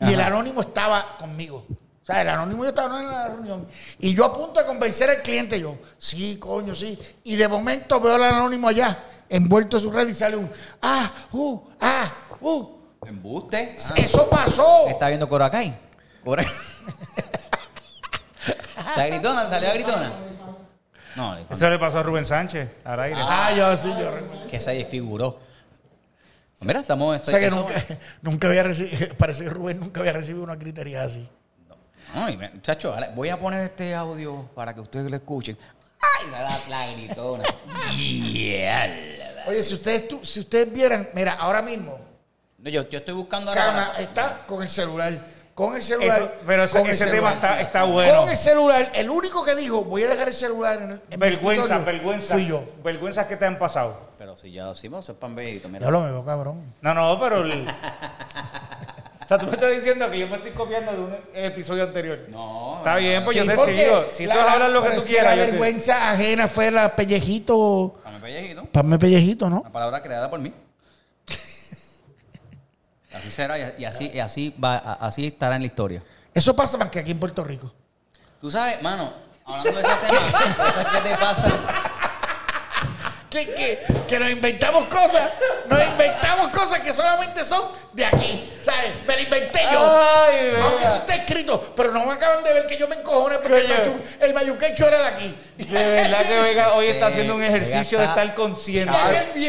y el anónimo estaba conmigo. O sea, el anónimo y yo estaba en la reunión. Y yo a punto de convencer al cliente, yo, sí, coño, sí. Y de momento veo al anónimo allá, envuelto en su red y sale un, ah, uh, ah, uh. Embuste. Eso pasó. Ah. Está viendo Coracay. Coracay. La gritona, salió la gritona. No, le- Eso le pasó a Rubén Sánchez, al aire. Ah, yo sí, yo. recuerdo. que se desfiguró. Mira, estamos. O sea que nunca, nunca había recibido, parece que Rubén nunca había recibido una gritería así. Ay, me- chacho, ahora voy a poner este audio para que ustedes lo escuchen. Ay, la, la gritona. Yeah. Oye, si ustedes, tu- si ustedes vieran, mira, ahora mismo, No, yo, yo estoy buscando ahora. Cama está con el celular, con el celular. Eso- pero ese, con el ese tema celular. está, está bueno. Con el celular, el único que dijo, voy a dejar el celular en, el- en mi Vergüenza, escritorio", vergüenza. Fui yo. Vergüenzas que te han pasado. Pero si ya decimos, es pan bellito, mira. Ya lo me veo, cabrón. No, no, pero. el- o sea, tú me estás diciendo que yo me estoy copiando de un episodio anterior. No. Está bien, pues Sí, yo te porque sigo. Si la- tú hablas lo que pero es tú quieras. La yo te- vergüenza ajena fue la pellejito. Pan bellito. Pame pellejito, ¿no? Una palabra creada por mí. Así será y- y así, y así, va, a- así estará en la historia. Eso pasa más que aquí en Puerto Rico. Tú sabes, mano, hablando de ese tema, cosas que te pasan. Que, que, que nos inventamos cosas, nos inventamos cosas que solamente son de aquí. ¿Sabes? Me lo inventé yo. Ay, vea. Aunque eso está escrito, pero no me acaban de ver que yo me encojone porque el, Coño. machu, el mayuquecho era de aquí. De verdad que Vega hoy está Sí, haciendo un Vega ejercicio de está- estar consciente. Sharp, Sí,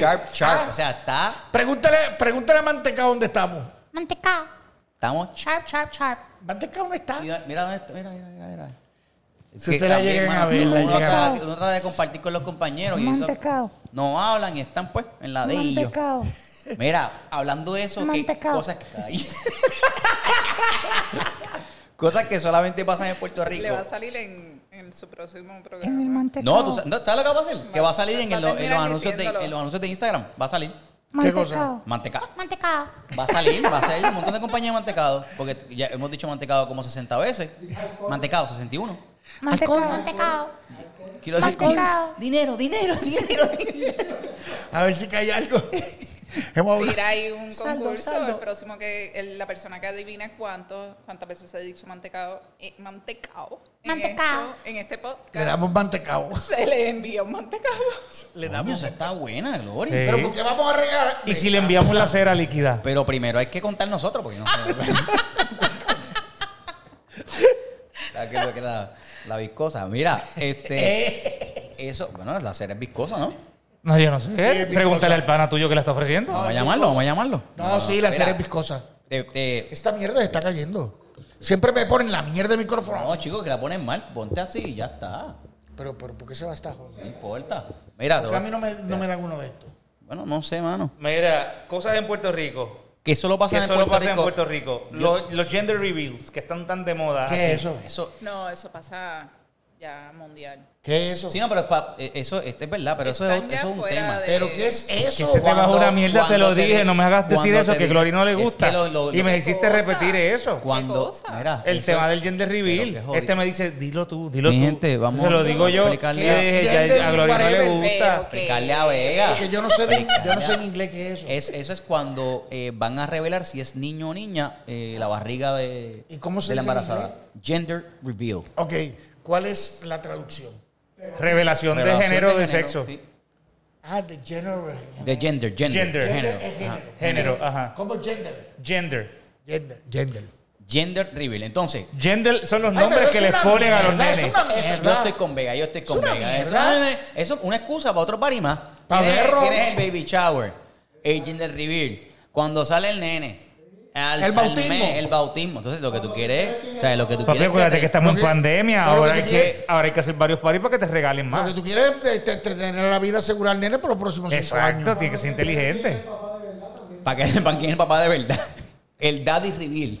sharp, sí. O sea, está, Ah, Pregúntale, pregúntale a Mantecao dónde estamos. Mantecao. estamos. Sharp, sharp, sharp. Mantecao no está. Mira, mira, dónde está, mira, mira, mira, mira. Es Si que ustedes la también, llegan mano, a ver, la uno, llegan a trata, ver. uno trata de compartir con los compañeros y eso- Mantecao. no hablan y están pues en la de ellos. Mantecao. Mira, hablando de eso, que Mantecao. cosas que ay. cosas que solamente pasan en Puerto Rico. Le va a salir en, en su próximo programa. En el mantecao. No, tú sa- no, ¿sabes lo que va a hacer? Que va a salir en, Va a el- en los, terminar anuncios de, diciéndolo. en los anuncios de Instagram. Va a salir ¿Qué Mantecao. cosa? mantecado. Mantecao. Va a salir, va a salir un montón de compañías de mantecado. Porque ya hemos dicho mantecado como 60 veces. Mantecado, 61. Mantecao. Mantecao. Quiero decir, Mantecao. dinero, dinero, dinero. A ver si cae algo. Hemos hablado- Mira, hay un Saldo, concurso, saldo. el próximo que el- la persona que adivina cuánto, cuántas veces se ha dicho mantecao, eh, mantecao, en Mantecao. esto- en este podcast, Le damos Mantecao. se le envía un mantecao. Le Coño, damos. esa está buena, Gloria. Sí. Pero porque vamos a regalar. Y si le enviamos la cera líquida. Pero primero hay que contar nosotros, porque no. la, que- que la- la viscosa. Mira, Eh. este. eso, bueno, la cera es viscosa, ¿no? No, yo no sé. es mi cosa. Pregúntale al pana tuyo que la está ofreciendo. Vamos a llamarlo, vamos a llamarlo. No, sí, la espera. serie es viscosa. Te- te- Esta mierda se está cayendo. Siempre me ponen la mierda del micrófono. No, chicos, que la ponen mal. Ponte así y ya está. Pero, pero, ¿por qué se va a estar No jodiendo? importa. Mira, Porque a mí no me, no me dan uno de estos. Bueno, no sé, mano. Mira, cosas en Puerto Rico. que eso lo pasa, Que en, solo Puerto pasa Rico. en Puerto Rico. Los, los gender reveals que están tan de moda. ¿Qué es eso? Eso, No, eso pasa ya mundial. ¿Qué es eso? sí, no, pero es pa- eh, eso, este es verdad, pero eso es, Están eso ya es un fuera tema. de- ¿Pero qué es Que eso? ese tema es Cuando- una mierda, te lo cuando te dije. di- No me hagas decir cuando eso, te que di- Glory no le es que gusta. lo- lo- y me lo- hiciste cosa? repetir eso. Cuando, cosa? mira, El eso- tema del gender reveal. Pero qué jodido. Este me dice, dilo tú, dilo Mi tú. gente, vamos Se lo a digo yo. explicarle ¿Qué es Eh, ya- gender a Glory no le whatever? Pero gusta. que- explicarle a Vega. Porque yo no sé, de- yo no sé en inglés qué es eso. Es- eso es cuando eh, van a revelar si es niño o niña eh, la barriga de, ¿Y cómo se de la dice en embarazada. Gender reveal. Ok, ¿cuál es la traducción? Revelación de Revelación género, género, de sexo. sí. Ah, the general. De gender, gender. Gender. Género. Gender es Ajá. género. Género, ajá. ¿Cómo gender? Gender. Gender. Gender. Gender reveal. Entonces, Gender son los Ay, pero nombres es que les una ponen a los mierda, nenes. es una eso- mierda. Eh, yo estoy con Vega, yo estoy con Es una Vega. Eso, mierda. eso es una excusa para otro party más. Pa' Tienes- berro. Tienes el baby shower, el gender reveal, cuando sale el nene. al- El al bautismo. mes, el bautismo. Entonces, lo que tú quieres, o sea, lo que tú Papi, quieres. acuérdate que te- lo estamos en que- no, pandemia. lo Ahora que hay, tú que, quieres- ahora hay que hacer varios paris para que te regalen Lo que más. tú quieres es te- te- tener la vida asegurada al nene por los próximos cinco Exacto, años. tiene que ser inteligente. Para que sepan quién es el papá de verdad. El daddy reveal.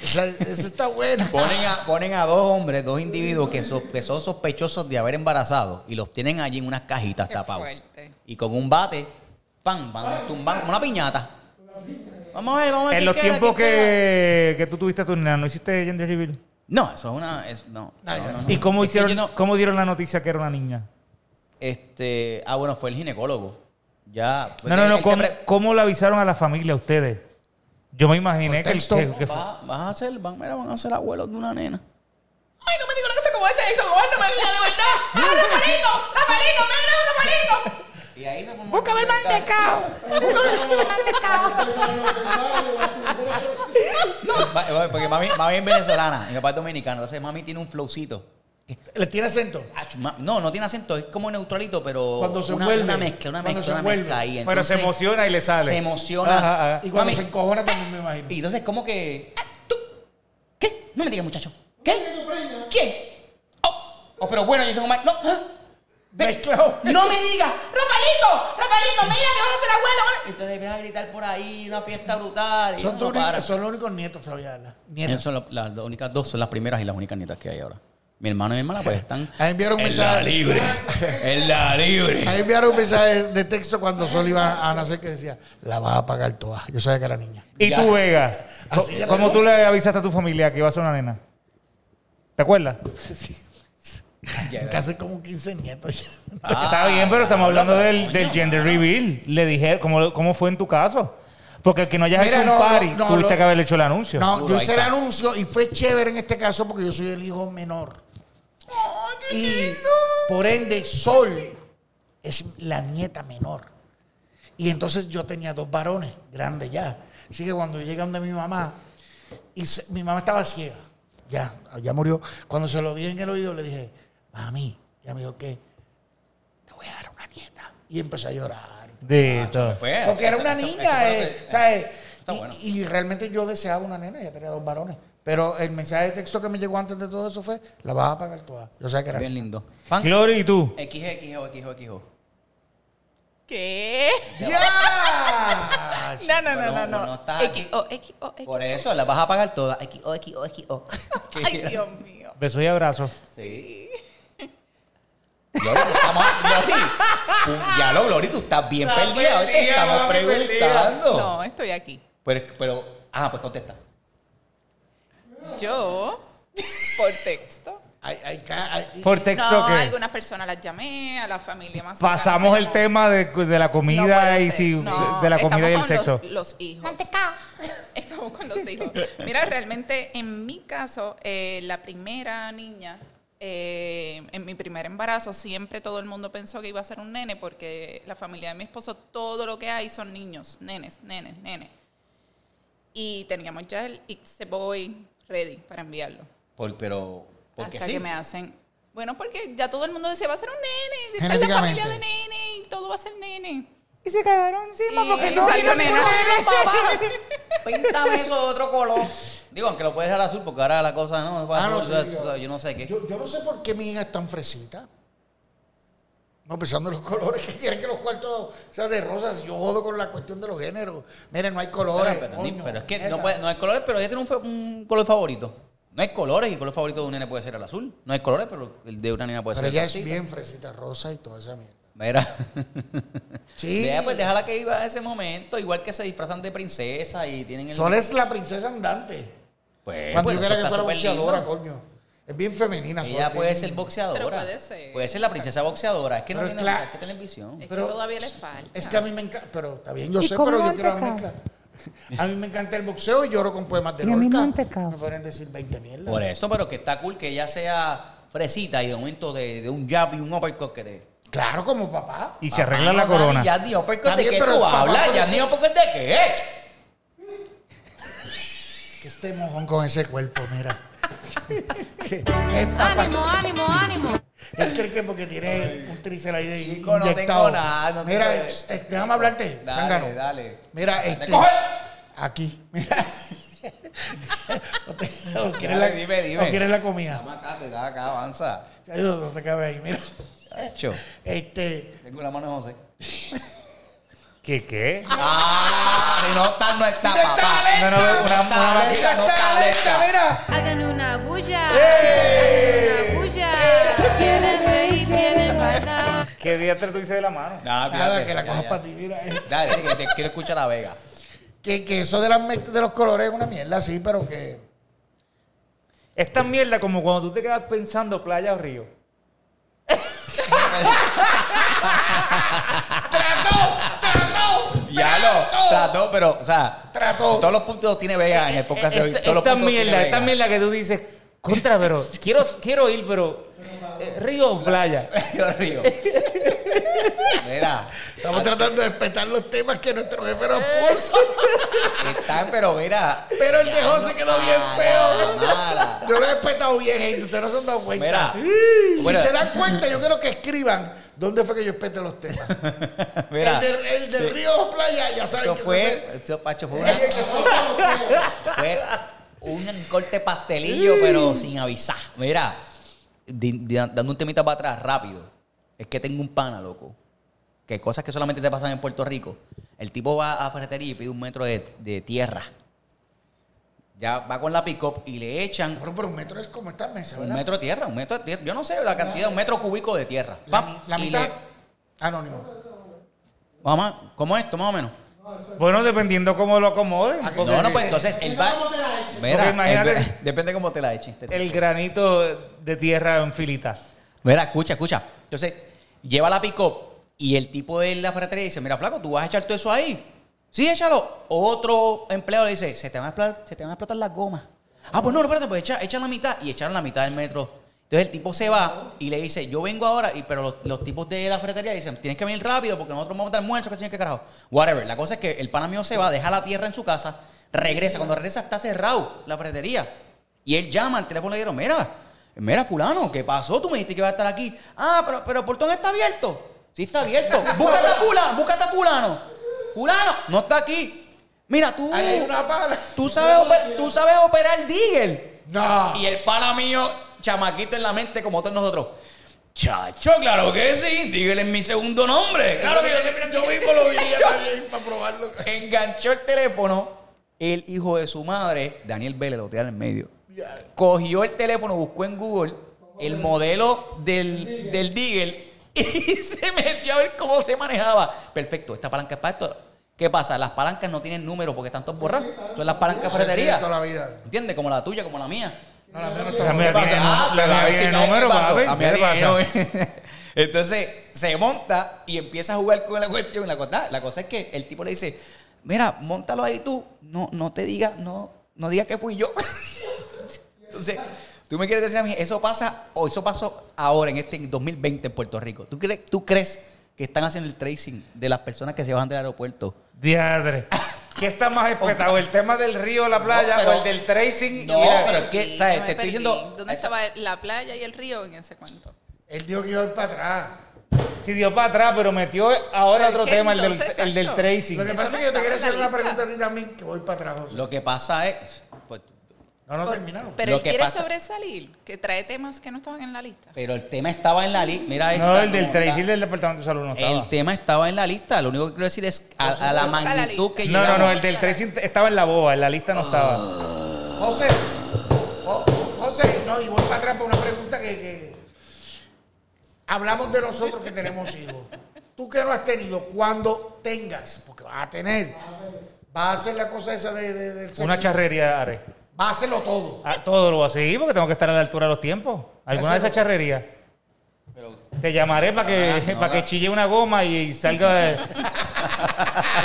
Esa, esa está buena. Ponen a, ponen a dos hombres, dos individuos que, sos- que son sospechosos de haber embarazado y los tienen allí en unas cajitas Qué tapados. fuerte. Y con un bate, pam, van tumban como una piñata. Vamos a ver, vamos a ver. En quién los queda, tiempos quién queda. que, que tú tuviste a tu nena, ¿no hiciste gender reveal? No, eso es una. es- no, Ay, no, ay. no, no. ¿Y cómo, Es que hicieron, yo no- cómo dieron la noticia que era una niña? este, ah, bueno, fue el ginecólogo. Ya. No, no, Pues el no. que ¿Cómo, pre- cómo le avisaron a la familia a ustedes? Yo me imaginé que, el- Contexto. que- que fue- Va- vas a ser, van, mira, van a ser abuelos de una nena. Ay, no me digas una cosa como esa, eso, no me digas de verdad. Ah, Rafaelito, Rafaelito, mira, Rafaelito. Y ahí se Búscame el mantecao. Búscame el mantecao. eh, Porque mami, mami es venezolana y papá es dominicano. Entonces mami tiene un flowcito. ¿Le tiene acento? Ach, ma- No, no tiene acento, es como neutralito, pero Cuando se una, envuelve, una mezcla, una cuando mezcla, se una envuelve. mezcla ahí. Pero se Entonces, emociona y le sale. Se emociona. Ajá, ajá. Y cuando Mami, se encojona también me imagino. y entonces como que... ah, ¿Tú? ¿Qué? No me digas, muchacho. ¿Qué? ¿Quién? Oh, oh, pero bueno, yo soy un ma- No. ah, ve- Mezclado. No me digas. Rafaelito, Rafaelito, mira que vas a ser abuelo. abuelo. Y Entonces empiezas a gritar por ahí, una fiesta brutal. y Son, no tus para. únicas- son los únicos nietos todavía. ¿verdad? Nietos. Esas son las, las dos únicas dos, son las primeras y las únicas nietas que hay ahora. Mi hermano y mi hermana pues están... Ahí enviaron un en la mensaje. libre. En la libre. Ahí enviaron un mensaje de texto cuando Sol iba a nacer que decía, la vas a pagar toda. Yo sabía que era niña. ¿Y Ya. tú, Vega? Así ¿Cómo- ya ¿Cómo tengo. tú le avisaste a tu familia que iba a ser una nena? ¿Te acuerdas? Casi como 15 nietos ya. Ah, Está bien, pero estamos hablando pero del, coño, del gender reveal. Le dije, ¿cómo, ¿cómo fue en tu caso? Porque el que no hayas Mira, hecho un no, party, no, no, tuviste lo- que haber hecho el anuncio. No, Duro, yo ahí hice el está. anuncio y fue chévere en este caso porque yo soy el hijo menor. y por ende, Sol es la nieta menor. Y entonces yo tenía dos varones grandes ya. Así que cuando llegan de mi mamá, y se- mi mamá estaba ciega, ya, ya murió. Cuando se lo dije en el oído, le dije, mami, y ella me dijo, ¿qué? Te voy a dar una nieta. Y empecé a llorar. De todo. pues, Porque era eso- una eso- niña, eso fue lo eh, que- ¿sabes? está Y- bueno. Y, realmente yo deseaba una nena, ya tenía dos varones. Pero el mensaje de texto que me llegó antes de todo eso fue, la vas a pagar toda. Yo sabía que era Bien niña. lindo. Fan. Glory, ¿y tú? XXO, XXO. ¿Qué? ¡Ya! No, no, no, Bueno, no, uno no. está aquí. XO, XO, XO. Por eso la vas a pagar toda. XO, XO, XO. Ay, Dios mío. Besos y abrazos. Sí. Glory, no estamos, Glory, tú- ya lo, Glory, tú estás bien Está perdida. hoy Te perdida, estamos mami, preguntando. No, estoy aquí. Pero, pero, ajá, pues contesta. Yo, por texto. Ay, ay, ca- ay, Por texto no, que algunas personas las llamé, a la familia más cercana, pasamos se el llamó. tema de, de la No comida puede y ser. si, No, de la estamos comida y el con los- sexo. Los, hijos. Mantecao. Estamos con los hijos. Mira, realmente en mi caso, eh, la primera niña, eh, en mi primer embarazo, siempre todo el mundo pensó que iba a ser un nene porque la familia de mi esposo, todo lo que hay son niños, nenes, nenes, nenes. Y teníamos ya el It's a Boy ready para enviarlo. Por- pero, porque hasta sí. que me hacen... Bueno, porque ya todo el mundo decía, va a ser un nene, está en la Genéticamente. familia de nene, y todo va a ser nene. Y se quedaron encima Y salió nena. Píntame eso de otro color. Digo, aunque lo puedes dejar azul porque ahora la cosa no. Ah, no, azul, o sí, sea, digo, o sea, yo no sé qué. Yo, yo no sé por qué mi hija es tan fresita. No, pensando en los colores, que quieren que los cuartos sean de rosas. Yo jodo con la cuestión de los géneros. Miren, no hay Pero, colores. pero, coño, pero es que neta. no, puede- no hay colores, pero ella tiene un, fa- un color favorito. No hay colores y el color favorito de un nene puede ser el azul. No hay colores, pero el de una nena puede Pero ser ella el es azul. bien fresita, rosa y toda esa mierda. Mira. Sí. Vea, pues déjala que iba a ese momento, igual que se disfrazan de princesa y tienen el. Sol es la princesa andante. Pues, Cuando pues, yo quería eso que está fuera superlindo. boxeadora, coño. Es bien femenina. Sol, Ella bien- puede ser boxeadora. Pero puede ser. Puede ser la princesa boxeadora. Es que no Pero es tiene cla- hay que tener visión. Es Pero- que todavía le falta. Es que a mí me encanta. Pero está bien, yo ¿Y sé, cómo pero yo el quiero la mezcla. mantecado? A mí me encanta el boxeo y lloro con poemas de Y a mí Lorca. mantecado. Me pueden decir 20 mierdas. Por eso, pero que está cool que ella sea fresita y de momento de, de un jab y un uppercut que te. Claro, como papá. Y se arregla la corona. Ya ni uppercut Está de bien, qué pero tú papá hablas. puede Ya ni ser- uppercut de qué. eh. Que este mojón con ese cuerpo, mira. Que es Ah, papá. Ánimo, ánimo, ánimo. Él cree que porque tiene un tríceps ahí de Chico, no tengo inyectado. nada, no Mira, tengo- es- es- déjame hablarte. Dale, zángano. dale. Mira, Dale, este. coge. Aquí, mira. o, te- o quieres Dale, la, dime, dime. o quieres la comida. Dame acá, te da acá, avanza. Ay, no, no te cabe ahí, mira. Eh. Acho, Este. tengo la mano de José. ¿Qué qué? Ah, si no está, no está, papá. No, no, una- No está, una- Mira, no caleta. mira. Hagan una bulla. Hagan una bulla. Quieren reír, quieren bailar. ¿Qué día te lo dices de la mano? Nada, Nada, cuídate, que la Ah, ya, cojas ya. para ti, mira. eh. Dale, sí, que te quiero escuchar a Vega. Que, que eso de, las mez- de los colores es una mierda, sí, pero que. Esta mierda como cuando tú te quedas pensando playa o río. ¡Trató! ¡Trató! Ya lo trató, pero, o sea, Trató. todos los puntos los tiene Vega en el podcast de hoy. Eh, Esta, Todos los esta puntos tiene mierda, esta Vega. mierda que tú dices, contra, pero quiero, quiero ir, pero eh, río o playa. Yo río. Mira, Estamos tratando de respetar los temas que nuestro jefe Eh, nos puso. están, pero mira. Pero el de José ah, quedó bien feo. Mala. Yo lo he respetado bien, gente. Ustedes no se han dado cuenta. Mira. si bueno, se dan cuenta, yo quiero que escriban dónde fue que yo espeté los temas. mira, el de, el de Río Playa, ya saben esto que fue. Esto, Pacho, fue, se me- una- fue un corte pastelillo, Mm. pero sin avisar. Mira, di- di- dando un temita para atrás rápido. Es que tengo un pana, loco. Que cosas que solamente te pasan en Puerto Rico. El tipo va a ferretería y pide un metro de, de tierra. Ya va con la pick-up y le echan Cabrón, pero un metro es como esta mesa, Un ¿verdad? metro de tierra, un metro de tierra. Yo no sé la cantidad, un metro cúbico de tierra. La, Pap, mi- la y mitad. le- Anónimo. Mamá, ¿cómo es esto, más o menos? Bueno, dependiendo cómo lo acomoden. porque No, no, pues entonces el va. Mira, Porque imagínate- el- depende cómo te la eches. El granito de tierra en filita. Mira, escucha, escucha. Entonces, lleva la pick y el tipo de la ferretería dice: Mira, flaco, tú vas a echar todo eso ahí. Sí, échalo. Otro empleado le dice: Se te van a explotar, se te van a explotar las gomas. Ah, pues no, no, espérate, pues echa, echa la mitad. Y echaron la mitad del metro. Entonces el tipo se va y le dice: Yo vengo ahora. Y, pero los, los tipos de la ferretería dicen: Tienes que venir rápido porque nosotros vamos a estar muertos. Que que carajo. Whatever. La cosa es que el pana mío se va, deja la tierra en su casa, regresa. Cuando regresa, está cerrado la ferretería. Y él llama al teléfono y le dijeron, mira, mira fulano, ¿qué pasó? Tú me dijiste que iba a estar aquí. Ah, pero, pero el portón está abierto. Sí está abierto. Búscate a fulano, búscate a fulano. Fulano, no está aquí. Mira, tú, Ahí hay una pala. tú, sabes, oper- tú sabes operar Digger. No. Y el pana mío, chamaquito en la mente como todos nosotros. Chacho, claro que sí. Digger es mi segundo nombre. Claro que yo sé, mira, yo mismo lo vivía también para probarlo. Enganchó el teléfono. El hijo de su madre, Daniel Vélez, lo tira en el medio. Cogió el teléfono, buscó en Google el modelo del, del Deagle y se metió a ver cómo se manejaba. Perfecto, esta palanca es para esto. ¿Qué pasa? Las palancas no tienen número porque están todas borradas. Son las palancas Eso es ferretería. toda la vida. ¿Entiendes? Como la tuya, como la mía. No, la mía no La está. mía pasa? tiene Ah, nu- pero la a ver mía si tiene cae número, el vato. papi. A mí me ¿Qué te pasa? dijeron, Entonces se monta y empieza a jugar con la cuestión. La cosa, la cosa es que el tipo le dice, mira, montalo ahí tú, no, no te digas, no, no digas que fui yo. Entonces, tú me quieres decir a mí, eso pasa, o eso pasó ahora en este en 2020 en Puerto Rico. ¿Tú crees, tú crees que están haciendo el tracing de las personas que se bajan del aeropuerto? Diadre. ¿Qué está más espectacular? ¿El tema del río o la playa No, pero- o el del tracing? No, y la- pero es que, ¿sabes? Yo me Te estoy perdí. diciendo- ¿Dónde estaba la playa y el río en ese cuento? Él dijo que iba a ir para atrás. Si dio para atrás, pero metió ahora Pero otro es que tema, el del, entonces, el del exacto. Lo que tracing. pasa no es que yo te está quiero en la hacer una lista. pregunta a ti también, que voy para atrás, José. Lo que pasa es, pues, No, no terminaron. Pero Lo él que quiere pasa- sobresalir, que trae temas que no estaban en la lista. Pero el tema estaba en la lista. Mira esta, No, el del como- Tracy del Departamento de Salud no estaba. El tema estaba en la lista. Lo único que quiero decir es a, a la Busca la magnitud lista. que no, no, llegamos. no, el del Tracy estaba en la boa, en la lista no estaba. Ah. José, Jo- José, no, y voy para atrás para una pregunta que, que- hablamos de nosotros que tenemos hijos. Tú que no has tenido, cuando tengas, porque vas a tener, vas a hacer la cosa esa de, de- del sexo. Una charrería haré. Vas a hacerlo todo. Ah, todo lo voy a seguir porque tengo que estar a la altura de los tiempos. ¿Alguna de esas charrerías? Te llamaré para que, para que chille una goma y salga eh,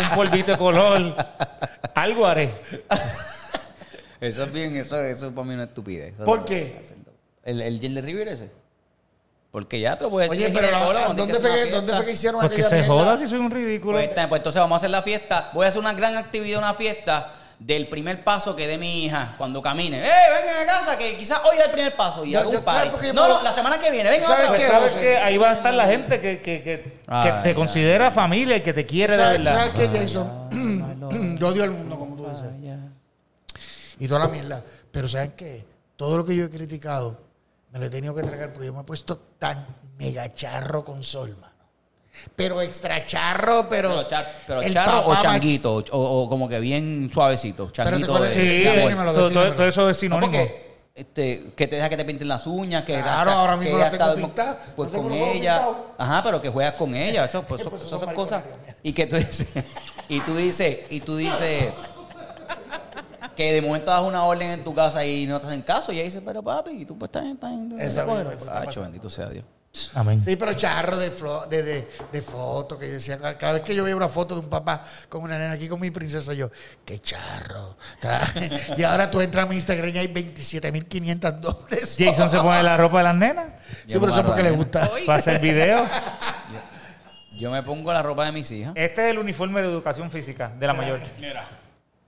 un polvito de color. Algo haré. Eso es bien, eso, eso para mí no es estupidez. Eso ¿Por no- qué? ¿El, el Gil de River ese? Porque ya te lo voy a decir. Oye, pero la- ginecólogo, tiene ¿dónde, que fue hacer que, una ¿dónde fue que fiesta. hicieron Pues que aquella se mierda? joda si soy un ridículo. Pues, está, pues entonces vamos a hacer la fiesta. Voy a hacer una gran actividad, una fiesta del primer paso que dé mi hija cuando camine. ¡Eh, vengan a casa! Que quizás hoy da el primer paso y Yo- hago yo- un ¿sabes party. por qué yo No, puedo- no, la semana que viene. Venga, otra ¿Sabes Pues vez. qué, sabes José? que ahí va a estar la gente que, que- que- que Ay, te ay. considera familia y que te quiere de ¿Sabes, verdad. sabes qué, Jason? yo odio al mundo, como tú dices. Y toda la mierda. Pero ¿saben qué? Todo lo que yo he criticado, me lo he tenido que tragar porque yo me he puesto tan mega charro con Sol, mano. Pero extra charro, pero... Pero, char- pero el charro o papá changuito, o, o como que bien suavecito. Changuito ¿cuál de, es? Sí, de amor. Defínemelo, todo, todo- defínemelo. todo eso es No, sinónimo. porque este, que te deja que te pinten las uñas, que Claro, ahora mismo que las tengo hasta- pintadas, Pues no tengo con los ojos ella, pintados. ajá, pero que juegas con ella, eso, pues, Eh, eso- pues, eso son son cosas. maricones, Dios mío. Y que tú dices, y tú dices, y tú dices que de momento das una orden en tu casa y no te hacen caso, y ella dice, pero papi, tú pues estás en Esa misma, eso está Hacho, pasando. bendito sea Dios. Amén. Sí, pero charro de, flo- de, de, de foto, que yo decía, cada cada vez que yo veía una foto de un papá con una nena aquí con mi princesa, yo, qué charro. Ta- y ahora tú entras a mi Instagram y hay 27.500 dólares. Jason se pone la ropa de las nenas Sí, pero eso es porque le gusta. para hacer videos. Yo me pongo la ropa de mis hijas. Este es el uniforme de educación física de la mayor.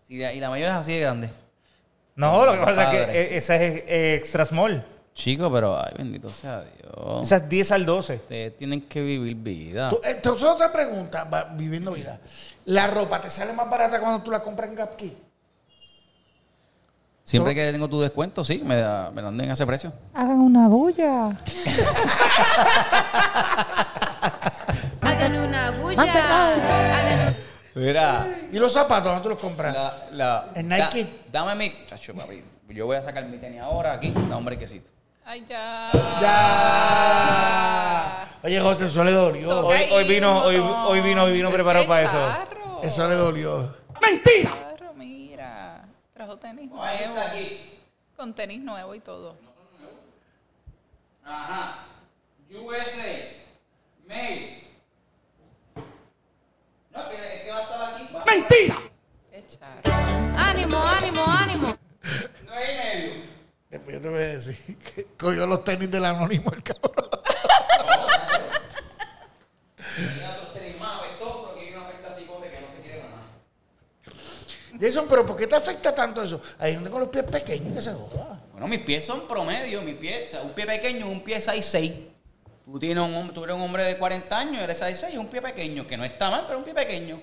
Y, de- y la mayor es así de grande. No, lo que pasa es que Padre. eh, esa es eh, extra small. Chico, pero ay, bendito sea Dios. Esas 10 al 12. Ustedes tienen que vivir vida. Tú- Entonces, otra pregunta, va, viviendo vida. ¿La ropa te sale más barata cuando tú la compras en Gapki? Siempre que tengo tu descuento, sí, me, da, me dan a ese precio. Hagan una bulla. Hagan Mira, ¿Y los zapatos dónde tú los compras? la, la, En Nike. da- dame mi. Chacho, papi. Yo voy a sacar mi tenis ahora aquí. Da un brequecito. Ay, ya. ¡Ya! Oye, José, eso le dolió. Hoy- hoy vino- hoy- hoy vino- hoy vino preparado para eso. eso. Eso le dolió. Claro, mira. Trajo tenis nuevo. Con tenis nuevo y todo. Ajá. USA. Mail. No, que, va a estar aquí. Qué charro. una- Ánimo, ánimo, ánimo. Después yo te voy a decir que cogió los tenis del anónimo el cabrón. Jason, pero ¿por qué te afecta tanto eso? Hay gente con los pies pequeños que se joda. Bueno, mis pies son promedio, mis pies, o sea, un pie pequeño, un pie 6'6. Tú tienes un hombre, tú eres un hombre de 40 años, eres 6'6, un pie pequeño, que no está mal, pero un pie pequeño.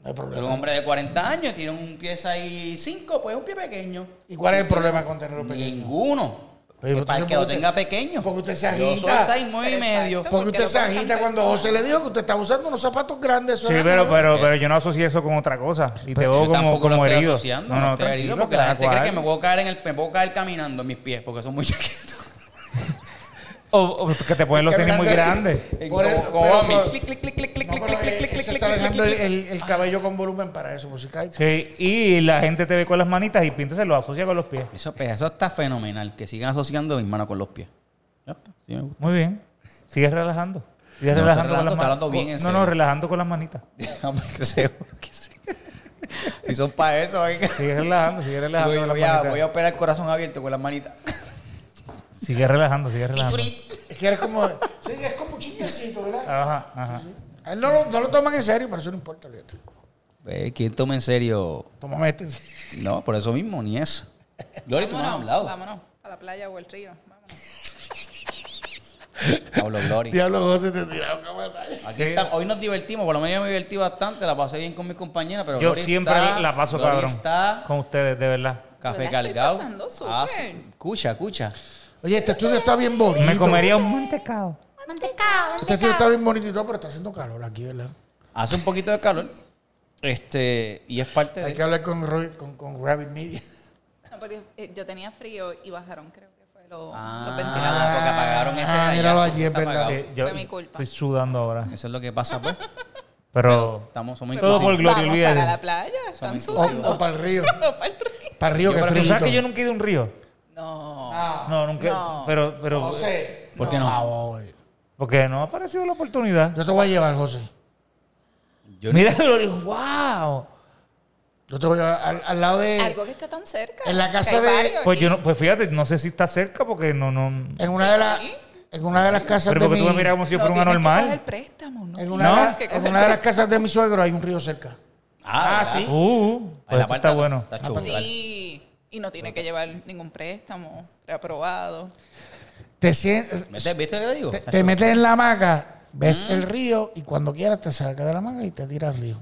No hay Tú eres un problema. hombre de 40 años, tienes un pie 6'5, pues un pie pequeño. ¿Y cuál es el problema con tenerlos pequeños? Ninguno. Pero Que para el entonces, que lo ¿por qué tenga usted- pequeño. porque usted se Yo soy agita. 6, 9 y medio. Exacto. Porque usted se Porque agita lo compran cuando personas. José le dijo que usted estaba usando unos zapatos grandes. eso Sí, era pero, nada. pero, pero yo no asocio eso con otra cosa. Y te veo Pues Yo como, tampoco lo como estoy herido. asociando, no, estoy herido porque la cada gente cree que cual. me puedo caer en el, me puedo caer caminando en mis pies porque son muy chiquitos. O, o que te ponen los tenis muy Caminando grandes. así. En como- Por eso- como pero- Bambi. pero- Clic, clic, clic, clic, clic, No, clic, pero clic, clic, él- él clic, se clic, está clic, dejando el, clic. el- el cabello con volumen para eso, música. Sí, y la gente te ve con las manitas y pinto se lo asocia con los pies. Eso, pues, eso está fenomenal, que sigan asociando mis manos con los pies. Ya está, sí me gusta. Muy bien. Sigues relajando. Sigues No, estoy relajando con relajando, las está hablando manitas. bien, en no, no, serio. relajando con las manitas. Ah, pues, Que se- que se- si son para eso, oiga. Sigues relajando, sigues relajando. voy, con las voy a, manitas. voy a operar el corazón abierto con las manitas. Sigue relajando, sigue relajando. Es que eres como. sí, es como un chistecito, ¿verdad? Ajá, ajá. A él no lo, no lo toman en serio, pero eso no importa, olvídate. Eh, ¿Quién toma en serio? Tómame este en serio. No, por eso mismo, ni eso. Gloria, tú no has hablado. vámonos a la playa o el río. Vámonos. Pablo Glory. Diablo José te tiraron una batalla. Aquí está- Hoy nos divertimos, por lo menos yo me divertí bastante, la pasé bien con mis compañeras, pero Yo Glory siempre está- la paso Glory cabrón está, con ustedes, de verdad. Yo café la estoy cargado. pasando súper. Ah, sí. Escucha, escucha. Oye, este estudio está bien bonito. Me comería un mantecado. Mantecao, Este estudio está mantecao. bien bonito y todo, pero está haciendo calor aquí, ¿verdad? Hace un poquito de calor. Este, y es parte Hay de. que hablar con, Roy- con, con Rabbit Media. No, porque, eh, yo tenía frío y bajaron, creo que fue lo- Ah, los ventiladores. porque apagaron ese. Ah, de allá, míralo porque allí, es está verdad. apagado. Sí, yo Fue mi culpa. estoy sudando ahora. Eso es lo que pasa, pues. Pero Estamos somos Todo por inclusivos. Gloria, Vamos olvídate. para la playa, están inclusivos. O, sudando. o para el río. Para el río. Para el río, que Pero tú frito. Ah, sabes que yo nunca he ido a un río. No. No, nunca. No. Pero, pero. José, ¿Por por qué no? favor. Porque no ha aparecido la oportunidad. Yo te voy a llevar, José. Yo- Mira, yo digo, wow. Yo te voy a llevar al, al lado de... Algo que está tan cerca. en la que hay casa de- varios Pues aquí. yo no, pues fíjate, no sé si está cerca porque no, no. En una de, las en una de las casas Pero de porque tú me mi... miras como si yo No fuera un tienes que anormal. coger préstamo, no En tienes una, de las- que en coger una de las casas de mi suegro hay un río cerca. Ah, sí. Uh, pues eso está bueno. Ah, Está chulo. Sí, y no tiene que llevar ningún préstamo preaprobado. Te, sien- ¿Viste, ¿Viste lo que le digo? te, Está te chulo. metes en la hamaca, Mm. ves el río y cuando quieras te sacas de la hamaca y te tiras al río.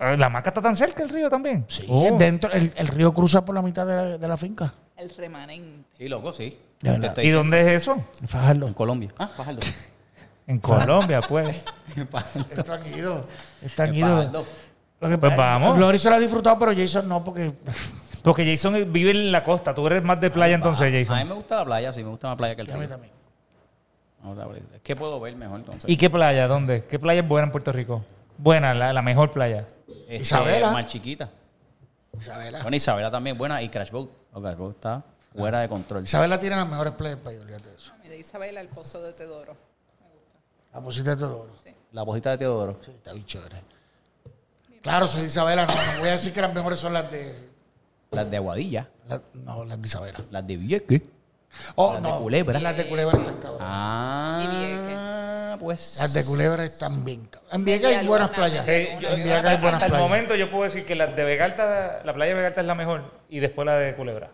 Ah, La maca está tan cerca el río también. Sí, Oh. es dentro, el, el río cruza por la mitad de la, de la finca. El remanente. Sí, loco, sí. De verdad. Te estoy ¿Y diciendo. dónde es eso? En En Fajardo. Colombia. Ah, Fajardo. En Colombia, pues. Están idos. Están En idos. Fajardo. Lo que Pues pasa- vamos. Glory se lo ha disfrutado, pero Jason no, porque Porque Jason vive en la costa. Tú eres más de playa entonces, A mí Jason. me gusta la playa, sí, me gusta más playa que el Y a mí río. también. Ahora, pues, Es que puedo ver mejor entonces. ¿Y qué playa? ¿Dónde? ¿Qué playa es buena en Puerto Rico? Buena, la, la mejor playa. Este, Isabela. Mar Chiquita. Isabela. Bueno, Isabela también buena. Y Crash Boat. No, Crash Boat está fuera de control. Isabela tiene las mejores playas para yo, olvídate de eso. Ah, Mira, Isabela, el pozo de Tedoro. La pusiste todo oro. La bojita de Teodoro. Sí, está bien chévere. Claro, soy de Isabela, no, no voy a decir que las mejores son las de. Las de Aguadilla. la- no, las de Isabela. Las de Vieques. Oh, Las de no, Culebra. Las de Culebra están cabrón. Ah, pues. Las de Culebra están bien cabrón. En Vieques hay buenas playas. Eh, yo- En Vieques hay buenas Hasta el playas. momento yo puedo decir que la de Vegalta, la playa de Vegalta es la mejor y después la de Culebra.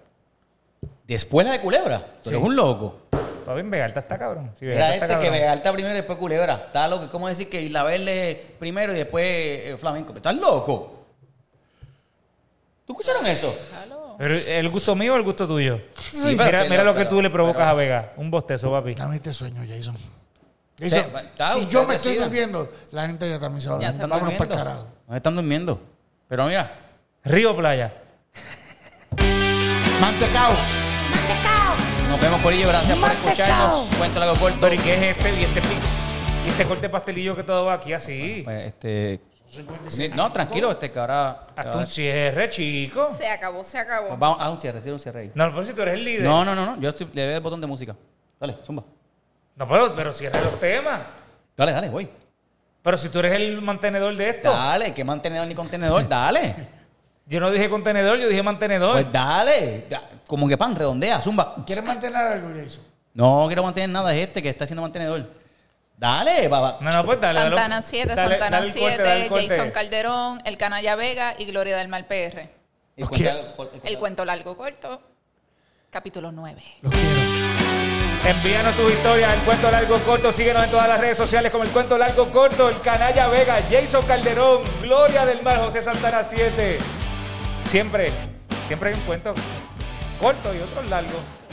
Después la de Culebra. Tú eres Sí. un loco. Está bien, Vegalta está cabrón. Sí, Vegalta Era está este que cabrón. Vegalta primero y después Culebra. Está loco. Es como decir que Isla Verde primero y después eh, Flamenco. ¿Estás loco? ¿Tú escucharon eso? Pero el gusto mío o el gusto tuyo. Sí, mira pero- mira lo que pero- tú le provocas pero- a Vega. Un bostezo, papi. Dame este sueño, Jason. Sí, Jason, está, si usted yo me estoy decida. durmiendo, la gente ya también se va a Ya dormir. se Vámonos para el durmiendo. carajo. Nos están durmiendo. Pero mira, Río Playa. Mantecao. Mantecao. nos vemos por ello. Gracias por escucharnos. Cuéntalo algo corto. Pero ¿y qué es este? ¿Y este, pi- y este corte de pastelillo que todo va aquí así? Pues, este, no, tranquilo, este que ahora. Hasta ahora- un cierre, chico. Se acabó, se acabó. Pues vamos a un cierre, tira un cierre ahí. No, pero si tú eres el líder. No, no, no, no. Yo estoy- le doy el botón de música. Dale, zumba. No, pero, pero cierra los temas. Dale, dale, voy. Pero si tú eres el mantenedor de esto. Dale, que mantenedor ni contenedor, dale. Yo no dije contenedor, yo dije mantenedor. Pues dale. da- Como que pan, redondea, zumba. ¿Quieres mantener algo, Jason? No quiero mantener nada, es este que está haciendo mantenedor. Dale, baba. no, no, pues dale. dale. Santana 7, Dale, Santana dale el 7, corte, dale el corte. Jason Calderón, El Canalla Vega y Gloria del Mal PR. El, Ok. El cuento largo corto, capítulo 9. Los quiero. Envíanos tus historias al Cuento Largo Corto. Síguenos en todas las redes sociales como el Cuento Largo Corto, el Canalla Vega, Jason Calderón, Gloria del Mar, José Santana 7. Siempre, siempre hay un cuento corto y otro largo.